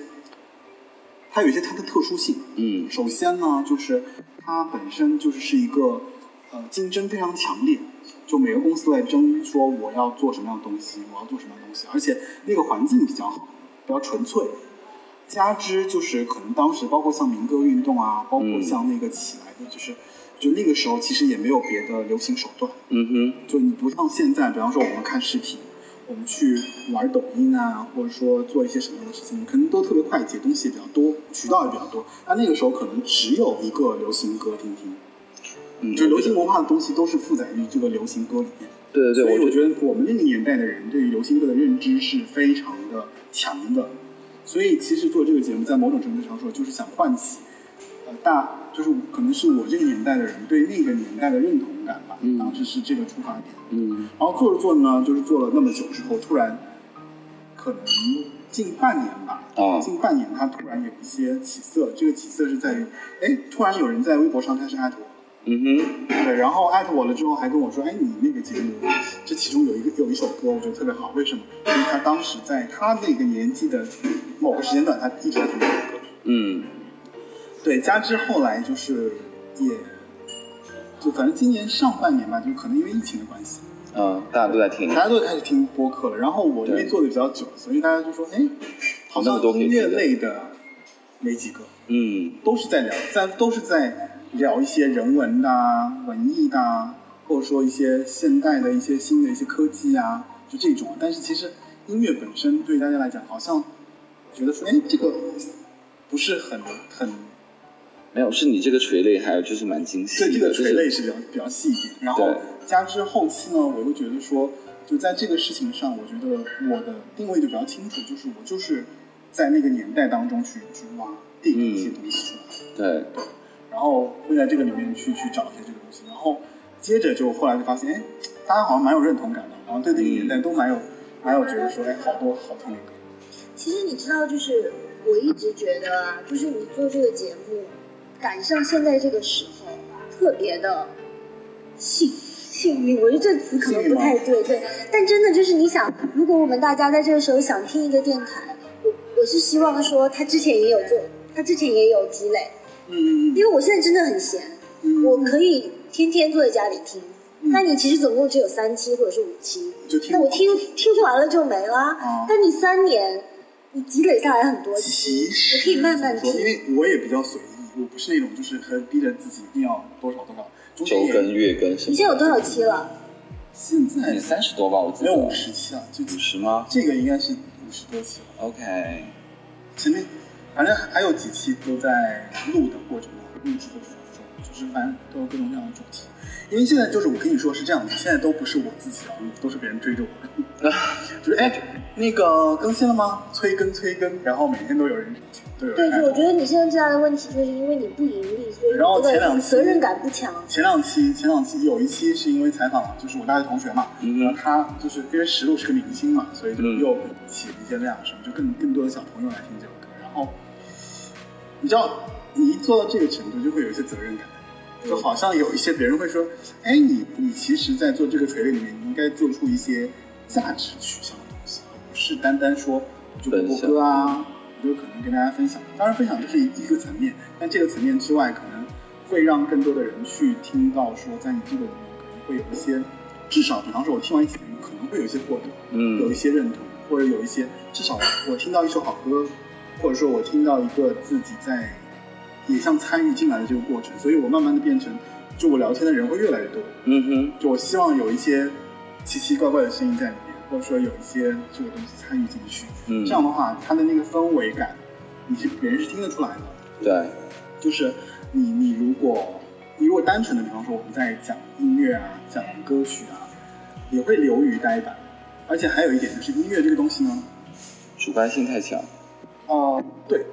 S2: 它有一些它的特殊性。
S1: 嗯
S2: 首先呢，就是它本身就是是一个呃竞争非常强烈，就每个公司都在争说我要做什么样的东西，我要做什么样的东西，而且那个环境比较好，比较纯粹。加之就是可能当时包括像民歌运动啊，包括
S1: 嗯
S2: 像那个起来的，就是、就那个时候其实也没有别的流行手段，
S1: 嗯哼，
S2: 就你不像现在，比方说我们看视频，我们去玩抖音啊，或者说做一些什么样的事情，可能都特别快捷，东西也比较多，渠道也比较多。那那个时候可能只有一个流行歌听听，
S1: 嗯，
S2: 就是流行
S1: 我
S2: 文化的东西都是负载于这个流行歌里面。
S1: 觉得对
S2: 所
S1: 对
S2: 以
S1: 对，
S2: 我
S1: 我觉得
S2: 觉得我们那个年代的人对于流行歌的认知是非常的强的，所以其实做这个节目，在某种程度上说，就是想唤起，呃，大就是可能是我这个年代的人对那个年代的认同感吧。
S1: 嗯
S2: 当时是这个出发点。
S1: 嗯
S2: 然后做着做着呢，就是做了那么久之后，突然可能近半年吧，
S1: 啊
S2: 近半年他突然有一些起色，这个起色是在于，哎，突然有人在微博上开始艾特我，
S1: 嗯哼，
S2: 对，然后艾特我了之后还跟我说，哎，你那个节目，这其中有一个有一首歌我觉得特别好，为什么？因为他当时在他那个年纪的某个时间段，他一直在听这首歌，
S1: 嗯
S2: 对，加之后来就是也，就反正今年上半年吧，就可能因为疫情的关系。
S1: 啊，大家都在听，
S2: 大家都开始听播客了。然后我因为
S1: 对
S2: 做的比较久，所以大家就说，哎，好
S1: 那
S2: 像
S1: 么多可以
S2: 音
S1: 听
S2: 乐
S1: 的
S2: 类的没几个，
S1: 嗯
S2: 都是在聊，在都是在聊一些人文的啊、文艺的啊，或者说一些现代的一些新的一些科技啊，就这种。但是其实音乐本身对大家来讲，好像觉得说，哎，这个不是很很。
S1: 没有，是你这个垂泪，还有就是蛮精细的，
S2: 对这个垂
S1: 就是
S2: 泪是比较比较细一点，然后加之后期呢，我又觉得说，就在这个事情上，我觉得我的定位就比较清楚，就是我就是在那个年代当中去去挖定一些东西出来，
S1: 对，
S2: 然后会在这个里面去去找一些这个东西，然后接着就后来就发现，哎，大家好像蛮有认同感的，然后对那个年代都蛮有、蛮有觉得说，哎，好多好听的歌，
S3: 其实你知道，就是我一直觉得啊，就是你做这个节目，赶上现在这个时候，特别的幸幸运。我觉得这词可能不太对，对。但真的就是你想，如果我们大家在这个时候想听一个电台，我我是希望说他之前也有做，他之前也有积累，
S2: 嗯嗯
S3: 因为我现在真的很闲，
S2: 嗯，
S3: 我可以天天坐在家里听。
S2: 嗯
S3: 那你其实总共只有三期或者是五期，
S2: 就听
S3: 那我听听完了就没了。
S2: 哦
S3: 但你三年，你积累下来很多期，
S2: 其实
S3: 我可以慢慢
S2: 怎么说，因
S3: 听。
S2: 为我也比较随意，我不是那种就是很逼着自己一定要多少多少。中间
S1: 周
S2: 也
S1: 更月更什
S3: 你
S1: 么
S3: 现在有多少期了？
S2: 现
S1: 的，
S2: 在
S1: 你三十多吧，我记
S2: 没
S1: 得
S2: 有五十期了，就
S1: 五十吗
S2: 这个应该是五十多期了。
S1: ？OK，
S2: 前面反正还有几期都在录的过程当中，录制的过程中，就是反正都有各种各样的主题。因为现在就是我跟你说是这样的，现在都不是我自己要录，都是别人追着我 录。就是哎，那个更新了吗？催更催更，然后每天都有人都有
S3: 对
S2: 人。
S3: 对，我觉得你现在最大的问题就是因为你不盈利，所以
S2: 然后
S3: 你这
S2: 前
S3: 个
S2: 两期
S3: 责任感不强。
S2: 前两期，前两期有一期是因为采访，就是我大学同学嘛，
S1: 嗯
S2: 然
S1: 哼
S2: 后他就是因为石路是个明星嘛，所以就
S1: 嗯
S2: 又起了一些量什么，就更更多的小朋友来听这首歌。然后你知道，你一做到这个程度，就会有一些责任感，就好像有一些别人会说，哎，你你其实，在做这个垂类里面，你应该做出一些价值取向的东西，而不是单单说就播歌啊，我就可能跟大家分享。当然，分享这是一一个层面，但这个层面之外，可能会让更多的人去听到说，在你这个里面可能会有一些，至少比方说，我听完一期节目，可能会有一些获得。有一
S1: 嗯
S2: 些认同，或者有一些至少我听到一首好歌，或者说我听到一个自己在也像参与进来的这个过程，所以我慢慢的变成，就我聊天的人会越来越多，
S1: 嗯哼，
S2: 就我希望有一些奇奇怪怪的声音在里面，或者说有一些这个东西参与进去，
S1: 嗯，
S2: 这样的话，它的那个氛围感，你是别人是听得出来的，
S1: 对，
S2: 就是你你如果你如果单纯的，比方说我们在讲音乐啊，讲歌曲啊，也会流于呆板。而且还有一点就是音乐这个东西呢，
S1: 主观性太强，
S2: 呃，对，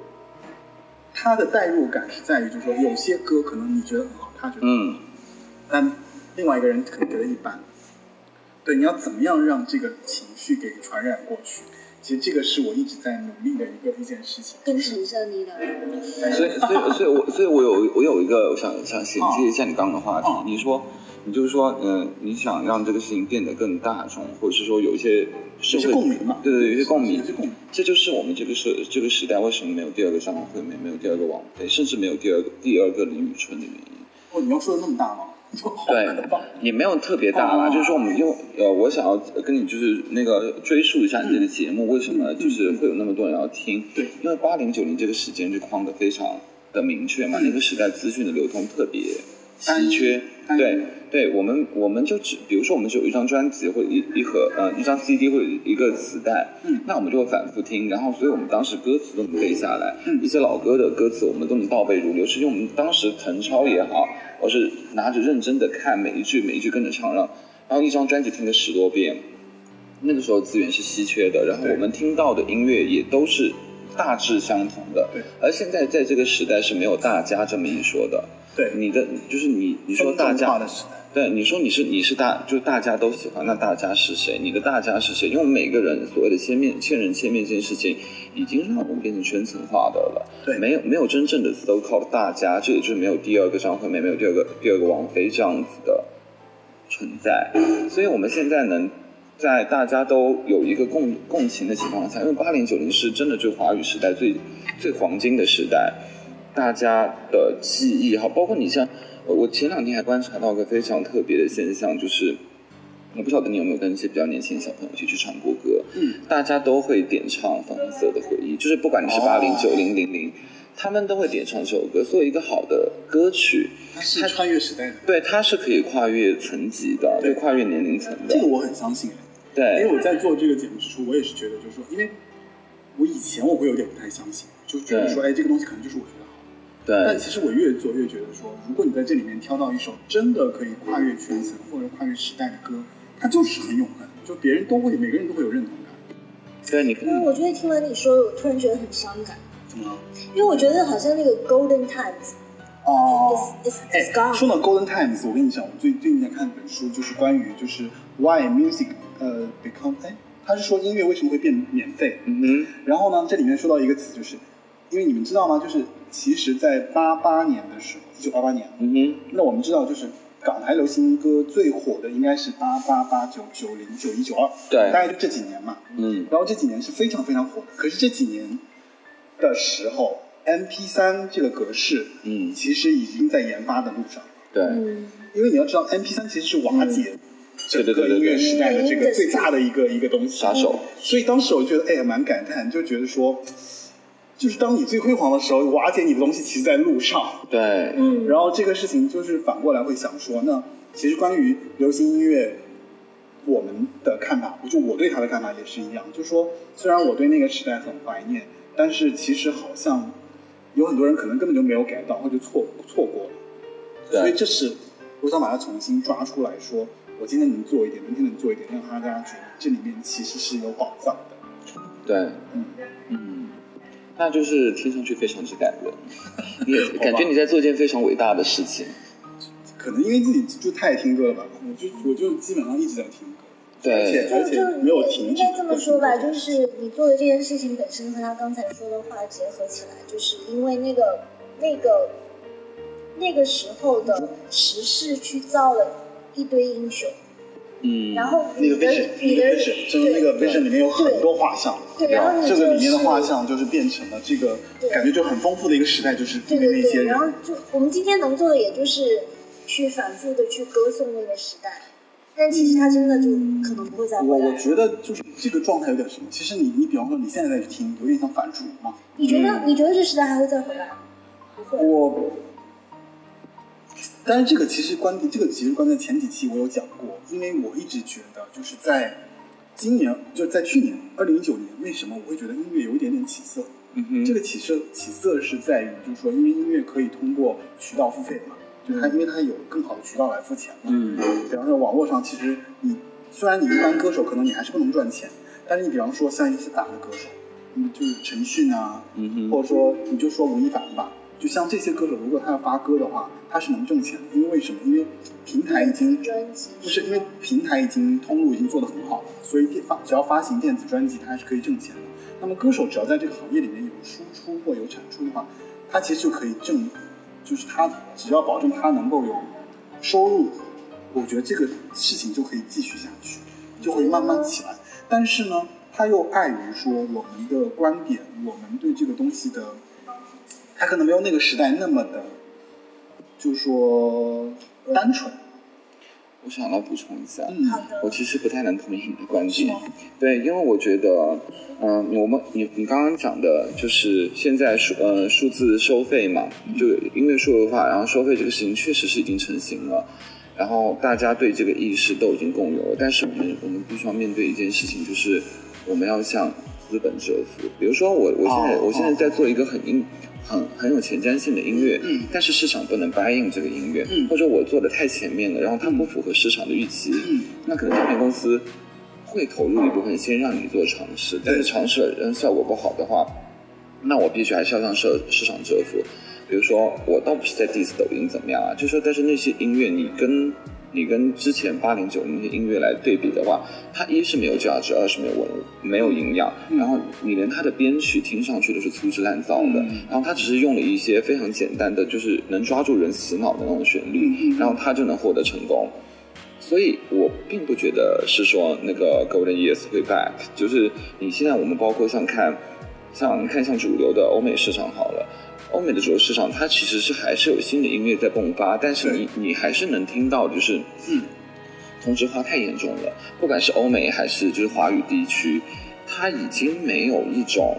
S2: 它的代入感是在于，就是说有些歌可能你觉得很好，他觉得很
S1: 嗯
S2: 好，但另外一个人可能觉得一般。对，你要怎么样让这个情绪给传染过去？其实这个是我一直在努力的一个一件事情。
S3: 更神圣你了。
S1: 所以，所 以，所以我，所以我有我有一个我想想衔接一下你刚刚的话题
S2: 哦，
S1: 你说，你就是说，嗯、你想让这个事情变得更大众，或者是说有一些社
S2: 有些
S1: 会
S2: 共鸣嘛
S1: 对对对，有些共鸣
S2: 有些共鸣，
S1: 这就是我们这个社这个时代为什么没有第二个张惠妹，没有第二个王菲，甚至没有第二个第二个李宇春的原因。
S2: 哦，你要说的那么大吗？好可怕。
S1: 对，也没有特别大啦，
S2: 哦
S1: 就是说我们用呃，我想要跟你就是那个追溯一下你这个
S2: 嗯
S1: 节目、为什么就是会有那么多人要听，
S2: 对
S1: 因为八零九零这个时间就框的非常的明确
S2: 嗯
S1: 嘛，那个时代资讯的流通特别稀缺，
S2: 单一单一
S1: 对对，我们我们就只比如说我们只有一张专辑或者一一盒呃一张 CD 或者一个磁带，
S2: 嗯
S1: 那我们就会反复听，然后所以我们当时歌词都能背下来，
S2: 嗯
S1: 一些老歌的歌词我们都能倒背如流，是因为我们当时誊抄也好，而是拿着认真的看每一句每一句跟着唱，让然后一张专辑听了十多遍，那个时候资源是稀缺的，然后
S2: 对
S1: 我们听到的音乐也都是大致相同的
S2: 对，
S1: 而现在在这个时代是没有大家这么一说的，
S2: 对，
S1: 你的就是你你说大
S2: 分众化
S1: 家
S2: 的时代，
S1: 对，你说你是你是大，就大家都喜欢，那大家是谁？你的大家是谁？因为每个人所谓的千面千人千面这件事情，已经让我们变成圈层化的了。
S2: 对
S1: 没有没有真正的 so called 大家，这也就是没有第二个张惠妹，没有第二个第二个王菲这样子的存在。所以我们现在能在大家都有一个共共情的情况下，因为八零九零是真的就华语时代最最黄金的时代，大家的记忆好，包括你像我我前两天还观察到一个非常特别的现象，就是我不晓得你有没有跟一些比较年轻的小朋友一起去唱过歌，
S2: 嗯，
S1: 大家都会点唱《粉红色的回忆》，就是不管你是八零九零零零，他们都会点唱这首歌。所以一个好的歌曲，
S2: 它是穿越时代的，
S1: 对它是可以跨越层级的，
S2: 对
S1: 就跨越年龄层的
S2: 这个，我很相信。因为
S1: 对
S2: 我在做这个节目之初，我也是觉得，就是说，因为我以前我会有点不太相信，就觉得说，哎，这个东西可能就是我觉得好。但
S1: 对
S2: 其实我越做越觉得说，如果你在这里面挑到一首真的可以跨越圈层或者跨越时代的歌，它就是很永恒，就别人都会，每个人都会有认同感。
S1: 对，你
S3: 因为我觉得听完你说，我突然觉得很伤感，
S2: 怎么了？
S3: 因为我觉得好像那个 golden times
S2: 哦。
S3: is is
S2: 哎
S3: is gone。，
S2: 说到 Golden Times，我跟你讲，我最最近在看一本书，就是关于就是 Why Music 呃 Become 哎，他是说音乐为什么会变免费？
S1: 嗯哼，
S2: 然后呢，这里面说到一个词，就是因为你们知道吗？就是其实，在八八年的时候，一九八八年，
S1: 嗯哼，
S2: 那我们知道，就是港台流行歌最火的应该是八八八九九零九一九二，
S1: 对
S2: 大概就这几年嘛。
S1: 嗯，
S2: 然后这几年是非常非常火的，可是这几年的时候，MP 三这个格式，
S1: 嗯
S2: 其实已经在研发的路上，
S1: 对，
S3: 嗯，
S2: 因为你要知道，MP 三其实是瓦解整
S1: 嗯对
S2: 个
S1: 对对对嗯
S2: 音乐时代的这个
S3: 对
S2: 最大的一个一个东西
S1: 杀手。
S2: 所以当时我觉得，哎，蛮感叹，就觉得说，就是当你最辉煌的时候，瓦解你的东西其实在路上。
S1: 对，
S3: 嗯，
S2: 然后这个事情就是反过来会想说，那其实关于流行音乐，我们的看法，就我对它的看法也是一样，就说虽然我对那个时代很怀念，但是其实好像有很多人可能根本就没有改到，或者错错过了。所以
S1: 对，
S2: 这是我想把它重新抓出来说，我今天能做一点，明天能做一点，让大家觉得这里面其实是有宝藏的。
S1: 对，
S2: 嗯，
S1: 嗯，那就是听上去非常之感人，你也感觉你在做一件非常伟大的事情。
S2: 可能因为自己就太爱听歌了吧，
S3: 嗯
S2: 我就我就基本上一直在听歌，
S1: 对
S2: 而且
S3: 就
S2: 而且
S3: 就
S2: 没有停
S3: 应
S2: 止。
S3: 该这么说吧，就是你做的这件事情本身和他刚才说的话结合起来，就是因为那个那个那个时候的时事去造了一堆英雄，
S1: 嗯，
S3: 然后
S2: 那
S3: 你
S2: 个
S3: 的
S2: vision，那
S3: 你
S2: 个
S3: 的
S2: vision，就是那个
S1: 对
S2: vision 里面有很多画像，
S3: 对，然后你就
S2: 这
S3: 是
S2: 个里面的画像就是变成了这个
S3: 对
S2: 感觉就很丰富的一个时代，就是
S3: 对
S2: 因为
S3: 对
S2: 那些
S3: 对，
S2: 人
S3: 然。后就我们今天能做的，也就是去反复的去歌颂那个时代，但其实它真的就可能不会再
S2: 我
S3: 回来
S2: 我
S3: 了。
S2: 觉得就是这个状态有点什么，其实你你比方说你现在在听，有点像反刍嘛。
S3: 你觉得
S1: 嗯
S3: 你觉得这时代还会再回来吗？不会。
S2: 我，但是这个其实关这个其实关在前几期我有讲过，因为我一直觉得就是在今年就是在去年二零一九年，为什么我会觉得音乐有一点点起色？
S1: 嗯哼
S2: 这个起色起色是在于就是说，因为音乐可以通过渠道付费嘛，就它因为它有更好的渠道来付钱嘛。
S1: 嗯
S2: 比方说网络上，其实你虽然你一般歌手可能你还是不能赚钱，但是你比方说像一些大的歌手，嗯，就是陈奕迅啊，
S1: 嗯哼
S2: 或者说你就说吴亦凡吧，就像这些歌手，如果他要发歌的话，他是能挣钱的，因为为什么？因为平台已经
S3: 专辑
S2: 不是因为平台已经通路已经做得很好了，所以电发只要发行电子专辑，它还是可以挣钱的。那么歌手只要在这个行业里面有输出或有产出的话，他其实就可以挣，就是他只要保证他能够有收入，我觉得这个事情就可以继续下去，就会慢慢起来。但是呢，他又碍于说我们的观点，我们对这个东西的，他可能没有那个时代那么的，就是说单纯。
S1: 我想来补充一下，
S2: 嗯
S3: 好的
S1: 我，其实不太能同意你的观
S2: 是
S1: 点
S2: 吗，
S1: 对，因为我觉得，嗯、我们你你刚刚讲的就是现在数呃数字收费嘛，就音乐数字化，然后收费这个事情确实是已经成型了，然后大家对这个意识都已经共有了，但是我们我们必须要面对一件事情，就是我们要向资本折服。比如说我我现在、
S2: 哦
S1: 我现在
S2: 哦
S1: 在做一个很音很很有前瞻性的音乐，
S2: 嗯
S1: 但是市场不能 buy in 这个音乐，
S2: 嗯
S1: 或者我做的太前面了，然后它不符合市场的预期，
S2: 嗯
S1: 那可能唱片公司会投入一部分，先让你做尝试，但是尝试了嗯效果不好的话，那我必须还是要向市市场折服。比如说，我倒不是在 diss 抖音怎么样啊，就说但是那些音乐，你跟你跟之前八零九零的音乐来对比的话，它一是没有价值，二是没有文没有营养，
S2: 嗯
S1: 然后你连它的编曲听上去都是粗制滥造的，
S2: 嗯
S1: 然后它只是用了一些非常简单的，就是能抓住人洗脑的那种旋律，
S2: 嗯嗯
S1: 然后它就能获得成功。所以我并不觉得是说那个 Golden Years 会 back，就是你现在我们包括像看，像看向主流的欧美市场好了，欧美的主流市场它其实是还是有新的音乐在迸发，但是你你还是能听到就是
S2: 嗯
S1: 同质化太严重了，不管是欧美还是就是华语地区，它已经没有一种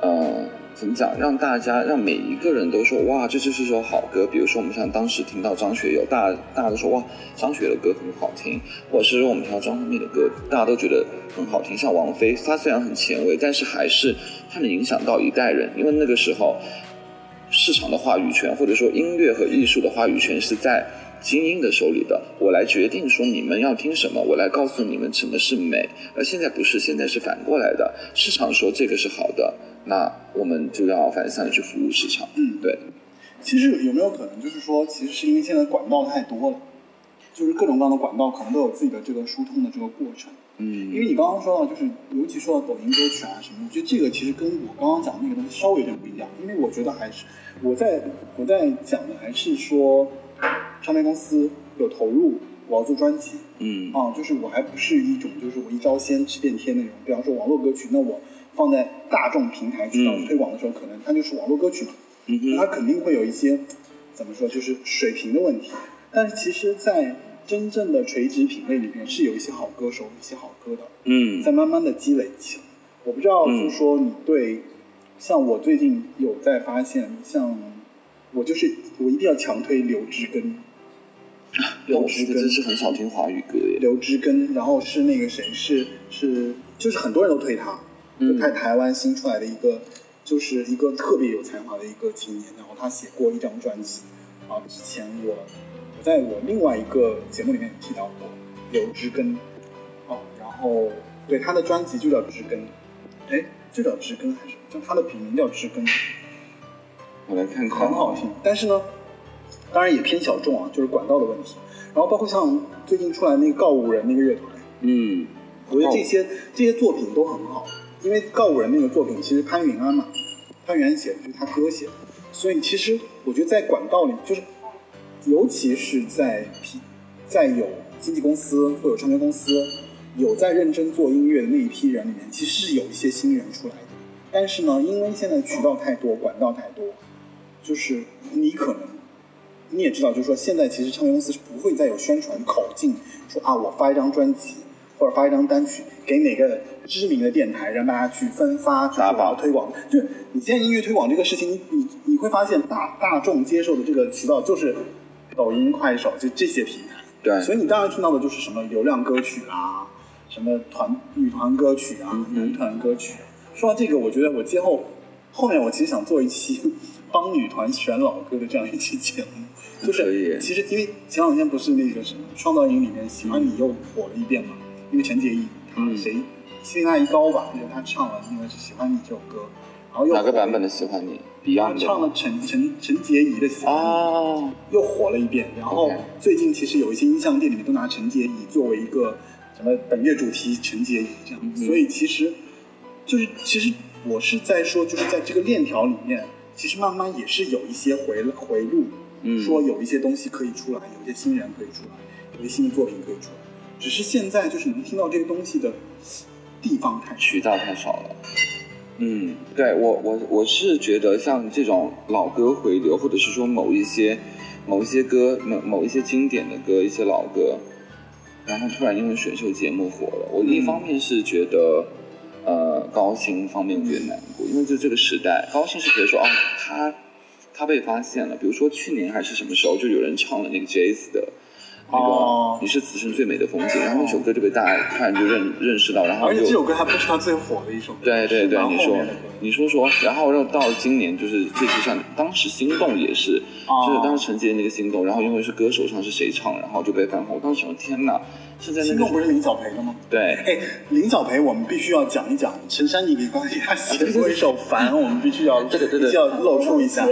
S1: 呃。怎么讲？让大家让每一个人都说哇，这就是首好歌。比如说，我们像当时听到张学友，大大家都说哇，张学友的歌很好听，或者是说我们听到张惠妹的歌，大家都觉得很好听。像王菲，她虽然很前卫，但是还是她能影响到一代人，因为那个时候市场的话语权，或者说音乐和艺术的话语权是在精英的手里的。我来决定说你们要听什么，我来告诉你们什么是美。而现在不是，现在是反过来的，市场说这个是好的，那我们就要反向地去服务市场。
S2: 嗯，
S1: 对，
S2: 其实有没有可能就是说，其实是因为现在管道太多了，就是各种各样的管道可能都有自己的这个疏通的这个过程。
S1: 嗯，
S2: 因为你刚刚说到，就是尤其说到抖音歌曲啊什么，我觉得这个其实跟我刚刚讲的那个东西稍微有点不一样，因为我觉得还是我在我在讲的还是说，唱片公司有投入，我要做专辑，
S1: 嗯
S2: 啊，就是我还不是一种就是我一招鲜吃遍天那种，比方说网络歌曲，那我放在大众平台渠道
S1: 嗯
S2: 推广的时候，可能它就是网络歌曲嘛，
S1: 嗯
S2: 那它
S1: 哼，
S2: 肯定会有一些怎么说，就是水平的问题。但是其实，在真正的垂直品类里面，是有一些好歌手、一些好歌的，
S1: 嗯
S2: 在慢慢的积累起来。我不知道，就是说你对，像我最近有在发现，像我就是我一定要强推刘知根，
S1: 我是真是很少听华语歌耶。
S2: 刘知根，然后是那个谁，是是就是很多人都推他，
S1: 嗯
S2: 就在台湾新出来的一个，就是一个特别有才华的一个青年，然后他写过一张专辑，啊，之前我我在我另外一个节目里面提到过刘知根，啊，然后对他的专辑就叫知根，哎，就叫知根还是就他的笔名叫知根，
S1: 我来看看，
S2: 很好听。但是呢，当然也偏小众啊，就是管道的问题。然后包括像最近出来那个告五人那个乐团，
S1: 嗯，
S2: 我觉得这些这些作品都很好，因为告五人那个作品其实潘云安嘛，潘云安写的就是他哥写的，所以其实我觉得在管道里，就是尤其是在 P，在有经纪公司或有唱片公司有在认真做音乐的那一批人里面，其实是有一些新人出来的，但是呢，因为现在渠道太多，管道太多，就是你可能你也知道，就是说现在其实唱片公司是不会再有宣传口径，说啊我发一张专辑或者发一张单曲给哪个知名的电台让大家去分发，就是
S1: 打
S2: 我
S1: 榜
S2: 要推广。就是你现在音乐推广这个事情，你你你会发现大大众接受的这个渠道就是抖音、快手就这些平台。
S1: 对，
S2: 所以你当然听到的就是什么流量歌曲啦，什么团女团歌曲啊
S1: 嗯，哼
S2: 男团歌曲啊。说到这个，我觉得我今后后面我其实想做一期 帮女团选老歌的这样一期节目，
S1: 嗯可
S2: 就是
S1: 以
S2: 其实因为前两天不是那个什么《创造营》里面《喜欢你》又火了一遍嘛，因为陈洁仪她
S1: 嗯
S2: 谁心灵阿姨高吧，就是她唱了那个《喜欢你》这首歌，然后又
S1: 哪个
S2: 火了
S1: 版本的喜欢你
S2: 他
S1: ？Beyond 的
S2: 唱了
S1: 吗
S2: 陈陈陈洁仪的《喜欢你》
S1: 哦，
S2: 又火了一遍。然后
S1: OK
S2: 最近其实有一些音像店里面都拿陈洁仪作为一个什么本月主题陈洁仪这样，
S1: 哼
S2: 所以其实就是其实我是在说，就是在这个链条里面，其实慢慢也是有一些回回路，
S1: 嗯
S2: 说有一些东西可以出来，有一些新人可以出来，有一些新的作品可以出来，只是现在就是能听到这个东西的地方太
S1: 渠道太少了。嗯，对我我我是觉得像这种老歌回流，或者是说某一些某一些歌某某一些经典的歌，一些老歌，然后突然因为选秀节目火了，我
S2: 嗯
S1: 一方面是觉得。呃，高兴方面我觉得难过，因为就这个时代，高兴是觉得说，哦，他他被发现了。比如说去年还是什么时候，就有人唱了那个 J.S 的那个、
S2: 哦
S1: 你是此生最美的风景，然后那首歌就被大家突然就认认识到，然后
S2: 而且
S1: 又
S2: 这首歌还不是他最火的一首歌，
S1: 对对
S2: 是
S1: 对，
S2: 蛮
S1: 你
S2: 后
S1: 说
S2: 面的歌
S1: 你说说，然后又到今年，就是这次像当时心动也是，
S2: 哦
S1: 就是当时陈洁那个心动，然后因为是歌手上是谁唱，然后就被翻红。我当时想，天哪，是在那
S2: 心
S1: 个
S2: 动不是林小培的吗？
S1: 对
S2: 哎，林小培，我们必须要讲一讲陈珊妮给刚才给他写过一首《烦》，我们必须要
S1: 对对对对
S2: 必须要露出一下。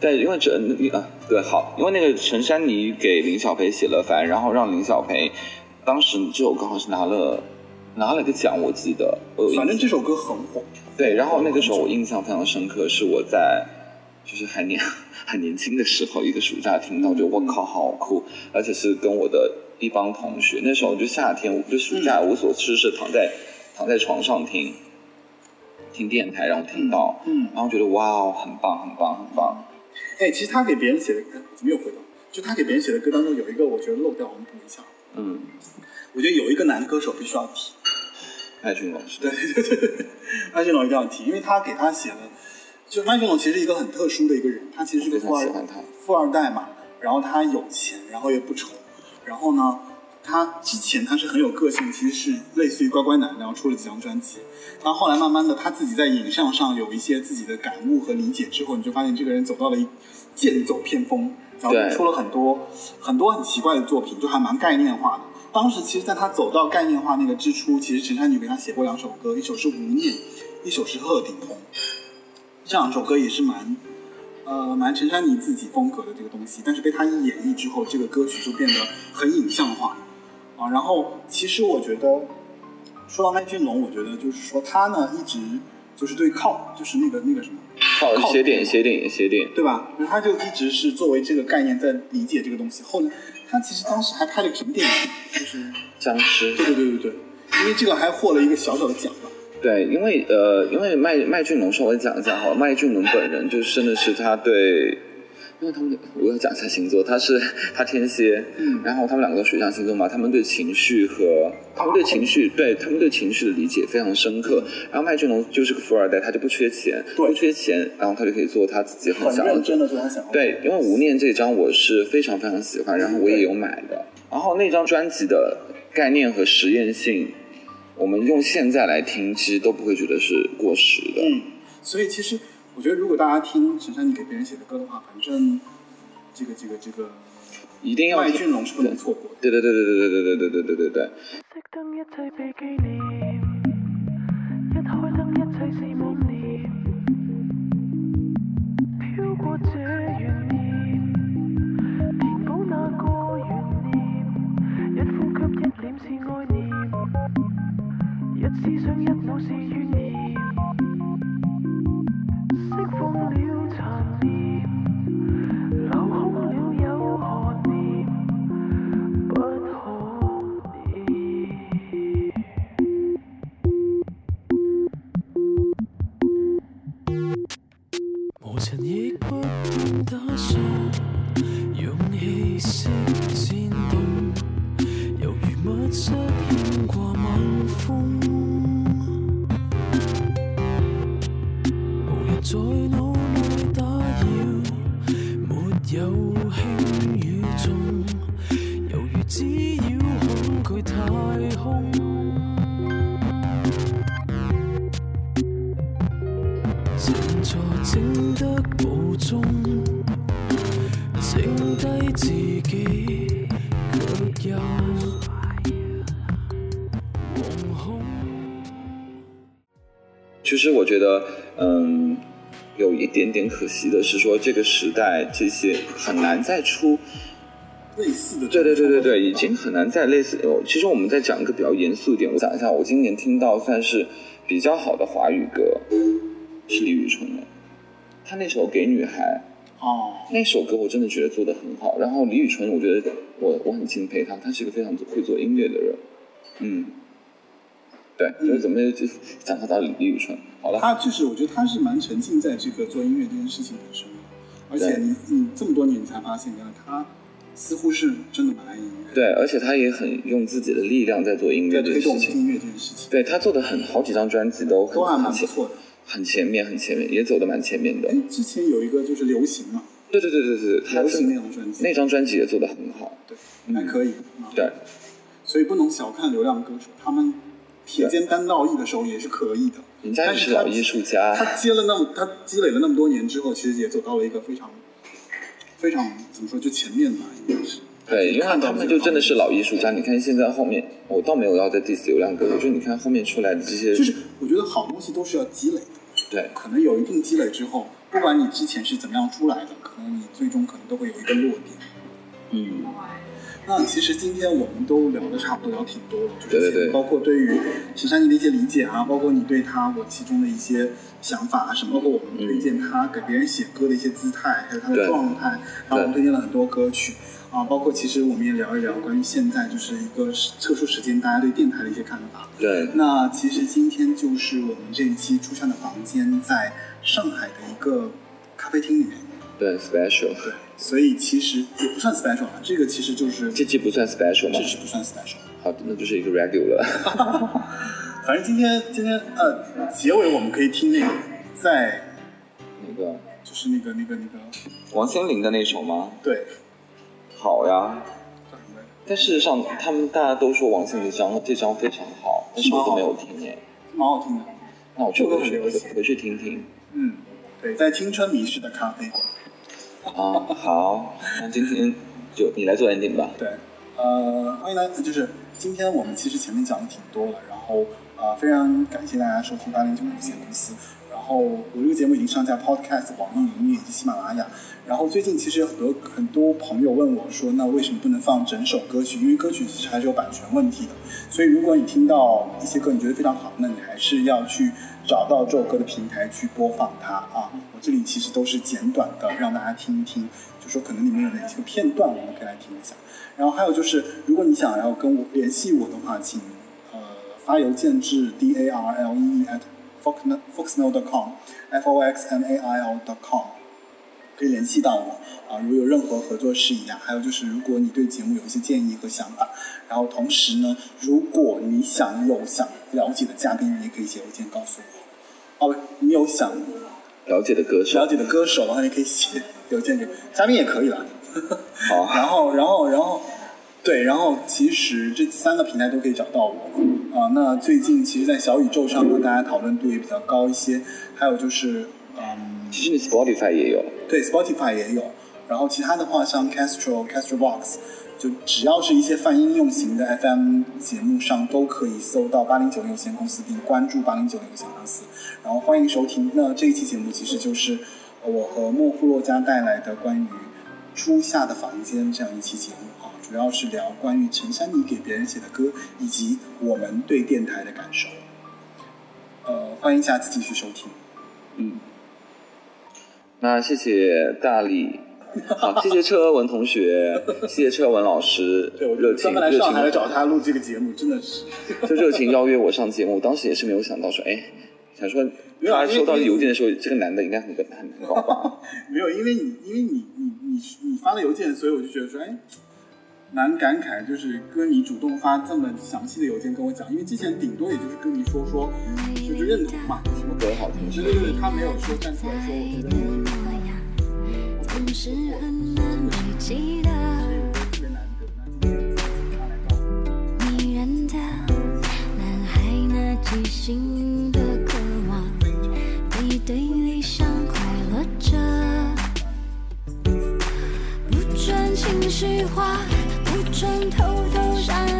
S1: 对，因为陈啊对好，因为那个陈珊妮给林小培写了烦，然后让林小培当时这首歌好像是拿了拿了个奖，我记得呃我有印象
S2: 反正这首歌很火，
S1: 对，然后那个时候我印象非常深刻，是我在就是还年还年轻的时候，一个暑假听到，就我
S2: 嗯
S1: 靠，好酷！而且是跟我的一帮同学，那时候就夏天，我就暑
S2: 嗯
S1: 假无所事事，躺在躺在床上听听电台，然后听到，
S2: 嗯嗯
S1: 然后觉得哇哦，很棒，很棒，很棒。
S2: 哎，其实他给别人写的歌怎么又回到？就他给别人写的歌当中有一个，我觉得漏掉，我们补一下。
S1: 嗯，
S2: 我觉得有一个男歌手必须要提，
S1: 麦浚龙是
S2: 对对对对，麦浚龙一定要提，因为他给他写的，就麦浚龙其实一个很特殊的一个人，他其实是个
S1: 我非常
S2: 富二
S1: 喜欢他
S2: 富二代嘛，然后他有钱，然后也不丑，然后呢，他之前他是很有个性，其实是类似于乖乖男，然后出了几张专辑，但后来慢慢的他自己在影像上有一些自己的感悟和理解之后，你就发现这个人走到了一剑走偏锋，然后
S1: 对
S2: 出了很多很多很奇怪的作品，就还蛮概念化的。当时其实，在他走到概念化那个之初，其实陈珊妮给他写过两首歌，一首是《无念》，一首是《鹤顶红》，这两首歌也是蛮呃，蛮陈珊妮自己风格的这个东西，但是被她一演绎之后，这个歌曲就变得很影像化啊。然后，其实我觉得，说到麦浚龙，我觉得就是说他呢一直就是对靠，就是那个那个什么，
S1: 靠
S2: 靠
S1: 斜点斜点斜点，
S2: 对吧？然后他就一直是作为这个概念在理解这个东西。后来，他其实当时还拍了个什么电影？就是
S1: 僵尸。
S2: 对对对对对，因为这个还获了一个小小的奖吧。
S1: 对，因为呃，因为麦麦浚龙稍微讲一下哈，麦浚龙本人就真的是他对，因为他们我要讲一下星座，他是他天蝎，
S2: 嗯
S1: 然后他们两个水象星座嘛，他们对情绪和他们对情绪，对他们对情绪的理解非常深刻。然后麦浚龙就是个富二代，他就不缺钱，
S2: 嗯对
S1: 不缺钱，然后他就可以做他自己很
S2: 很
S1: 想要
S2: 认
S1: 做
S2: 真的做他想要的
S1: 对，因为《无念》这张我是非常非常喜欢，然后我也有买的。然后那张专辑的概念和实验性，我们用现在来听，其实都不会觉得是过时的。
S2: 嗯，所以其实我觉得，如果大家听陈珊妮给别人写的歌的话，反正这个这个这个
S1: 一定要
S2: 麦
S1: 听
S2: 浚龙是不能错过的。
S1: 对对对对对对对对对对对对。
S9: 熄灯，一切被紀念；一開燈，一切是妄念。飄過這懸念，填補那個懸念。一呼吸，一臉是愛念；一思想，一腦是怨念。釋放了殘念，留空了有何念？不可念。
S5: 無塵亦不斷打掃，氧氣式展動，猶如密室牽掛猛風。無人在腦內打擾，沒有輕與重，猶如只繞恐懼太空。靜坐靜得無蹤，剩低自己，卻又惶恐。
S1: 其实我觉得，嗯，有一点点可惜的是说，这个时代这些很难再出
S2: 类似的
S1: 对
S2: 这
S1: 对
S2: 种
S1: 对
S2: 创
S1: 对
S2: 作，
S1: 对，已经很难再类似。哦其实我们再讲一个比较严肃一点，我讲一下，我今年听到算是比较好的华语歌是李宇春的，她那首《给女孩》
S2: 哦，
S1: 那首歌，我真的觉得做的很好。然后李宇春，我觉得我我很敬佩她，她是一个非常会做音乐的人。嗯，对，就是怎么就讲到李宇春，好了，
S2: 他就是我觉得他是蛮沉浸在这个做音乐这件事情本身的，而且
S1: 对
S2: 你你这么多年你才发现，原来他似乎是真的蛮爱音乐，
S1: 对，而且她也很用自己的力量在做音乐
S2: 在
S1: 这件
S2: 推
S1: 事
S2: 动
S1: 情。
S2: 音乐这件事情，
S1: 对她做的很好几张专辑都很
S2: 都还
S1: 很
S2: 蛮不
S1: 前
S2: 错的。
S1: 很前面，很前面，也走的蛮前面的
S2: 哎。，之前有一个就是流行嘛，
S1: 对对对对对，他
S2: 流行那张专辑，
S1: 那张专辑也做得很好。
S2: 对，还可以啊。
S1: 对，
S2: 所以不能小看流量歌手，他们铁肩担道义的时候也是可以的。
S1: 人家也
S2: 但
S1: 是
S2: 是
S1: 老
S2: 他
S1: 艺术家。
S2: 他积了那么，他积累了那么多年之后，其实也走到了一个非常、非常怎么说，就前面吧，应该是。
S1: 对，因为
S2: 看到
S1: 他们就真的是老艺术家。你看现在后面，我倒没有要再 diss 流量歌，我觉得你看后面出来的这些，
S2: 就是我觉得好东西都是要积累的，
S1: 对
S2: 可能有一定积累之后，不管你之前是怎么样出来的，可能你最终可能都会有一个落点。
S1: 嗯，
S2: 那其实今天我们都聊的差不多，聊挺多了，就是
S1: 对对对
S2: 包括对于陈珊妮的一些理解啊，包括你对她我其中的一些想法啊什么，包括我们推荐她给别人写歌的一些姿态，还有她的
S1: 对
S2: 状态，然后我们推荐了很多歌曲。啊，包括其实我们也聊一聊关于现在就是一个特殊时间，大家对电台的一些看法。
S1: 对，
S2: 那其实今天就是我们这一期初上的房间在上海的一个咖啡厅里面，
S1: 对，special，
S2: 所以其实也不算 special 啊，这个其实就是
S1: 这季不算 special 吗
S2: 这？是不算 special。
S1: 好，那就是一个 regular。
S2: 反正今天今天呃，结尾我们可以听那个在
S1: 那个
S2: 就是那个那个那个
S1: 王心凌的那首吗？
S2: 对
S1: 好呀，
S2: 叫什么来着？
S1: 但事实上他们大家都说王心凌这张这张非常好，但是我都没有听耶。
S2: 蛮好听的。
S1: 那我去
S2: 这个
S1: 回去
S2: 很
S1: 回
S2: 流行
S1: 回去听听。
S2: 嗯，对，在青春迷失的咖啡馆。
S1: 啊，好，那今天就你来做 ending 吧。
S2: 对，呃，欢迎来，就是今天我们其实前面讲的挺多了，然后呃，非常感谢大家收听八零九有限公司。然后我这个节目已经上架 Podcast、网易云音乐以及喜马拉雅。然后最近其实有很多很多朋友问我说，那为什么不能放整首歌曲？因为歌曲其实还是有版权问题的。所以如果你听到一些歌你觉得非常好，那你还是要去找到这首歌的平台去播放它啊。我这里其实都是简短的，让大家听一听，就说可能里面有哪些个片段，我们可以来听一下。然后还有就是，如果你想要跟我联系我的话，请呃发邮件至 d a r l e e at foxmail dot com f o x m a i l dot com，可以联系到我啊。如果有任何合作事宜啊，还有就是如果你对节目有一些建议和想法，然后同时呢，如果你想有想了解的嘉宾，你也可以写邮件告诉我。哦，不你有想
S1: 了解的歌手
S2: 了，解的歌手的话，你可以写邮件给我嘉宾也可 以啦。
S1: 好，
S2: 然后，然后，然后，对，然后其实这三个平台都可以找到我啊、那最近其实，在小宇宙上呢，大家讨论度也比较高一些。还有就是，嗯，
S1: 其实你 Spotify 也有，
S2: 对，Spotify 也有。然后其他的话，像 Castro、Castro Box，就只要是一些泛应用型的 FM 节目上，都可以搜到八零九有限公司，并关注八零九有限公司。然后欢迎收听。那这一期节目其实就是我和莫夫洛加带来的关于初夏的房间这样一期节目啊，主要是聊关于陈珊妮给别人写的歌，以及我们对电台的感受。呃，欢迎下次继续收听。
S1: 那谢谢大 力，好，谢谢车文同学，谢谢车文老师，
S2: 对，我
S1: 热情
S2: 专门来
S1: 热
S2: 上海来
S1: 情，
S2: 找他录这个节目，真的是。
S1: 就热情邀约我上节目，当时也是没有想到说，哎，想说
S2: 没有啊
S1: 他
S2: 因为
S1: 收到
S2: 因为
S1: 邮件的时候，这个男的应该很很很高吧？
S2: 没有，因为你因为你你你你发了邮件，所以我就觉得说，哎，蛮感慨，就是哥你主动发这么详细的邮件跟我讲，因为之前顶多也就是跟你说说，就是认同嘛，什么
S1: 歌好听
S2: 其实就是他没有说站出来说，我觉得你
S4: 总是很难累积的，
S2: 特别难得，那今天他来告诉我
S4: 迷人的男孩那畸形的渴望，背对理想快乐着，不准情绪化，不准偷偷闪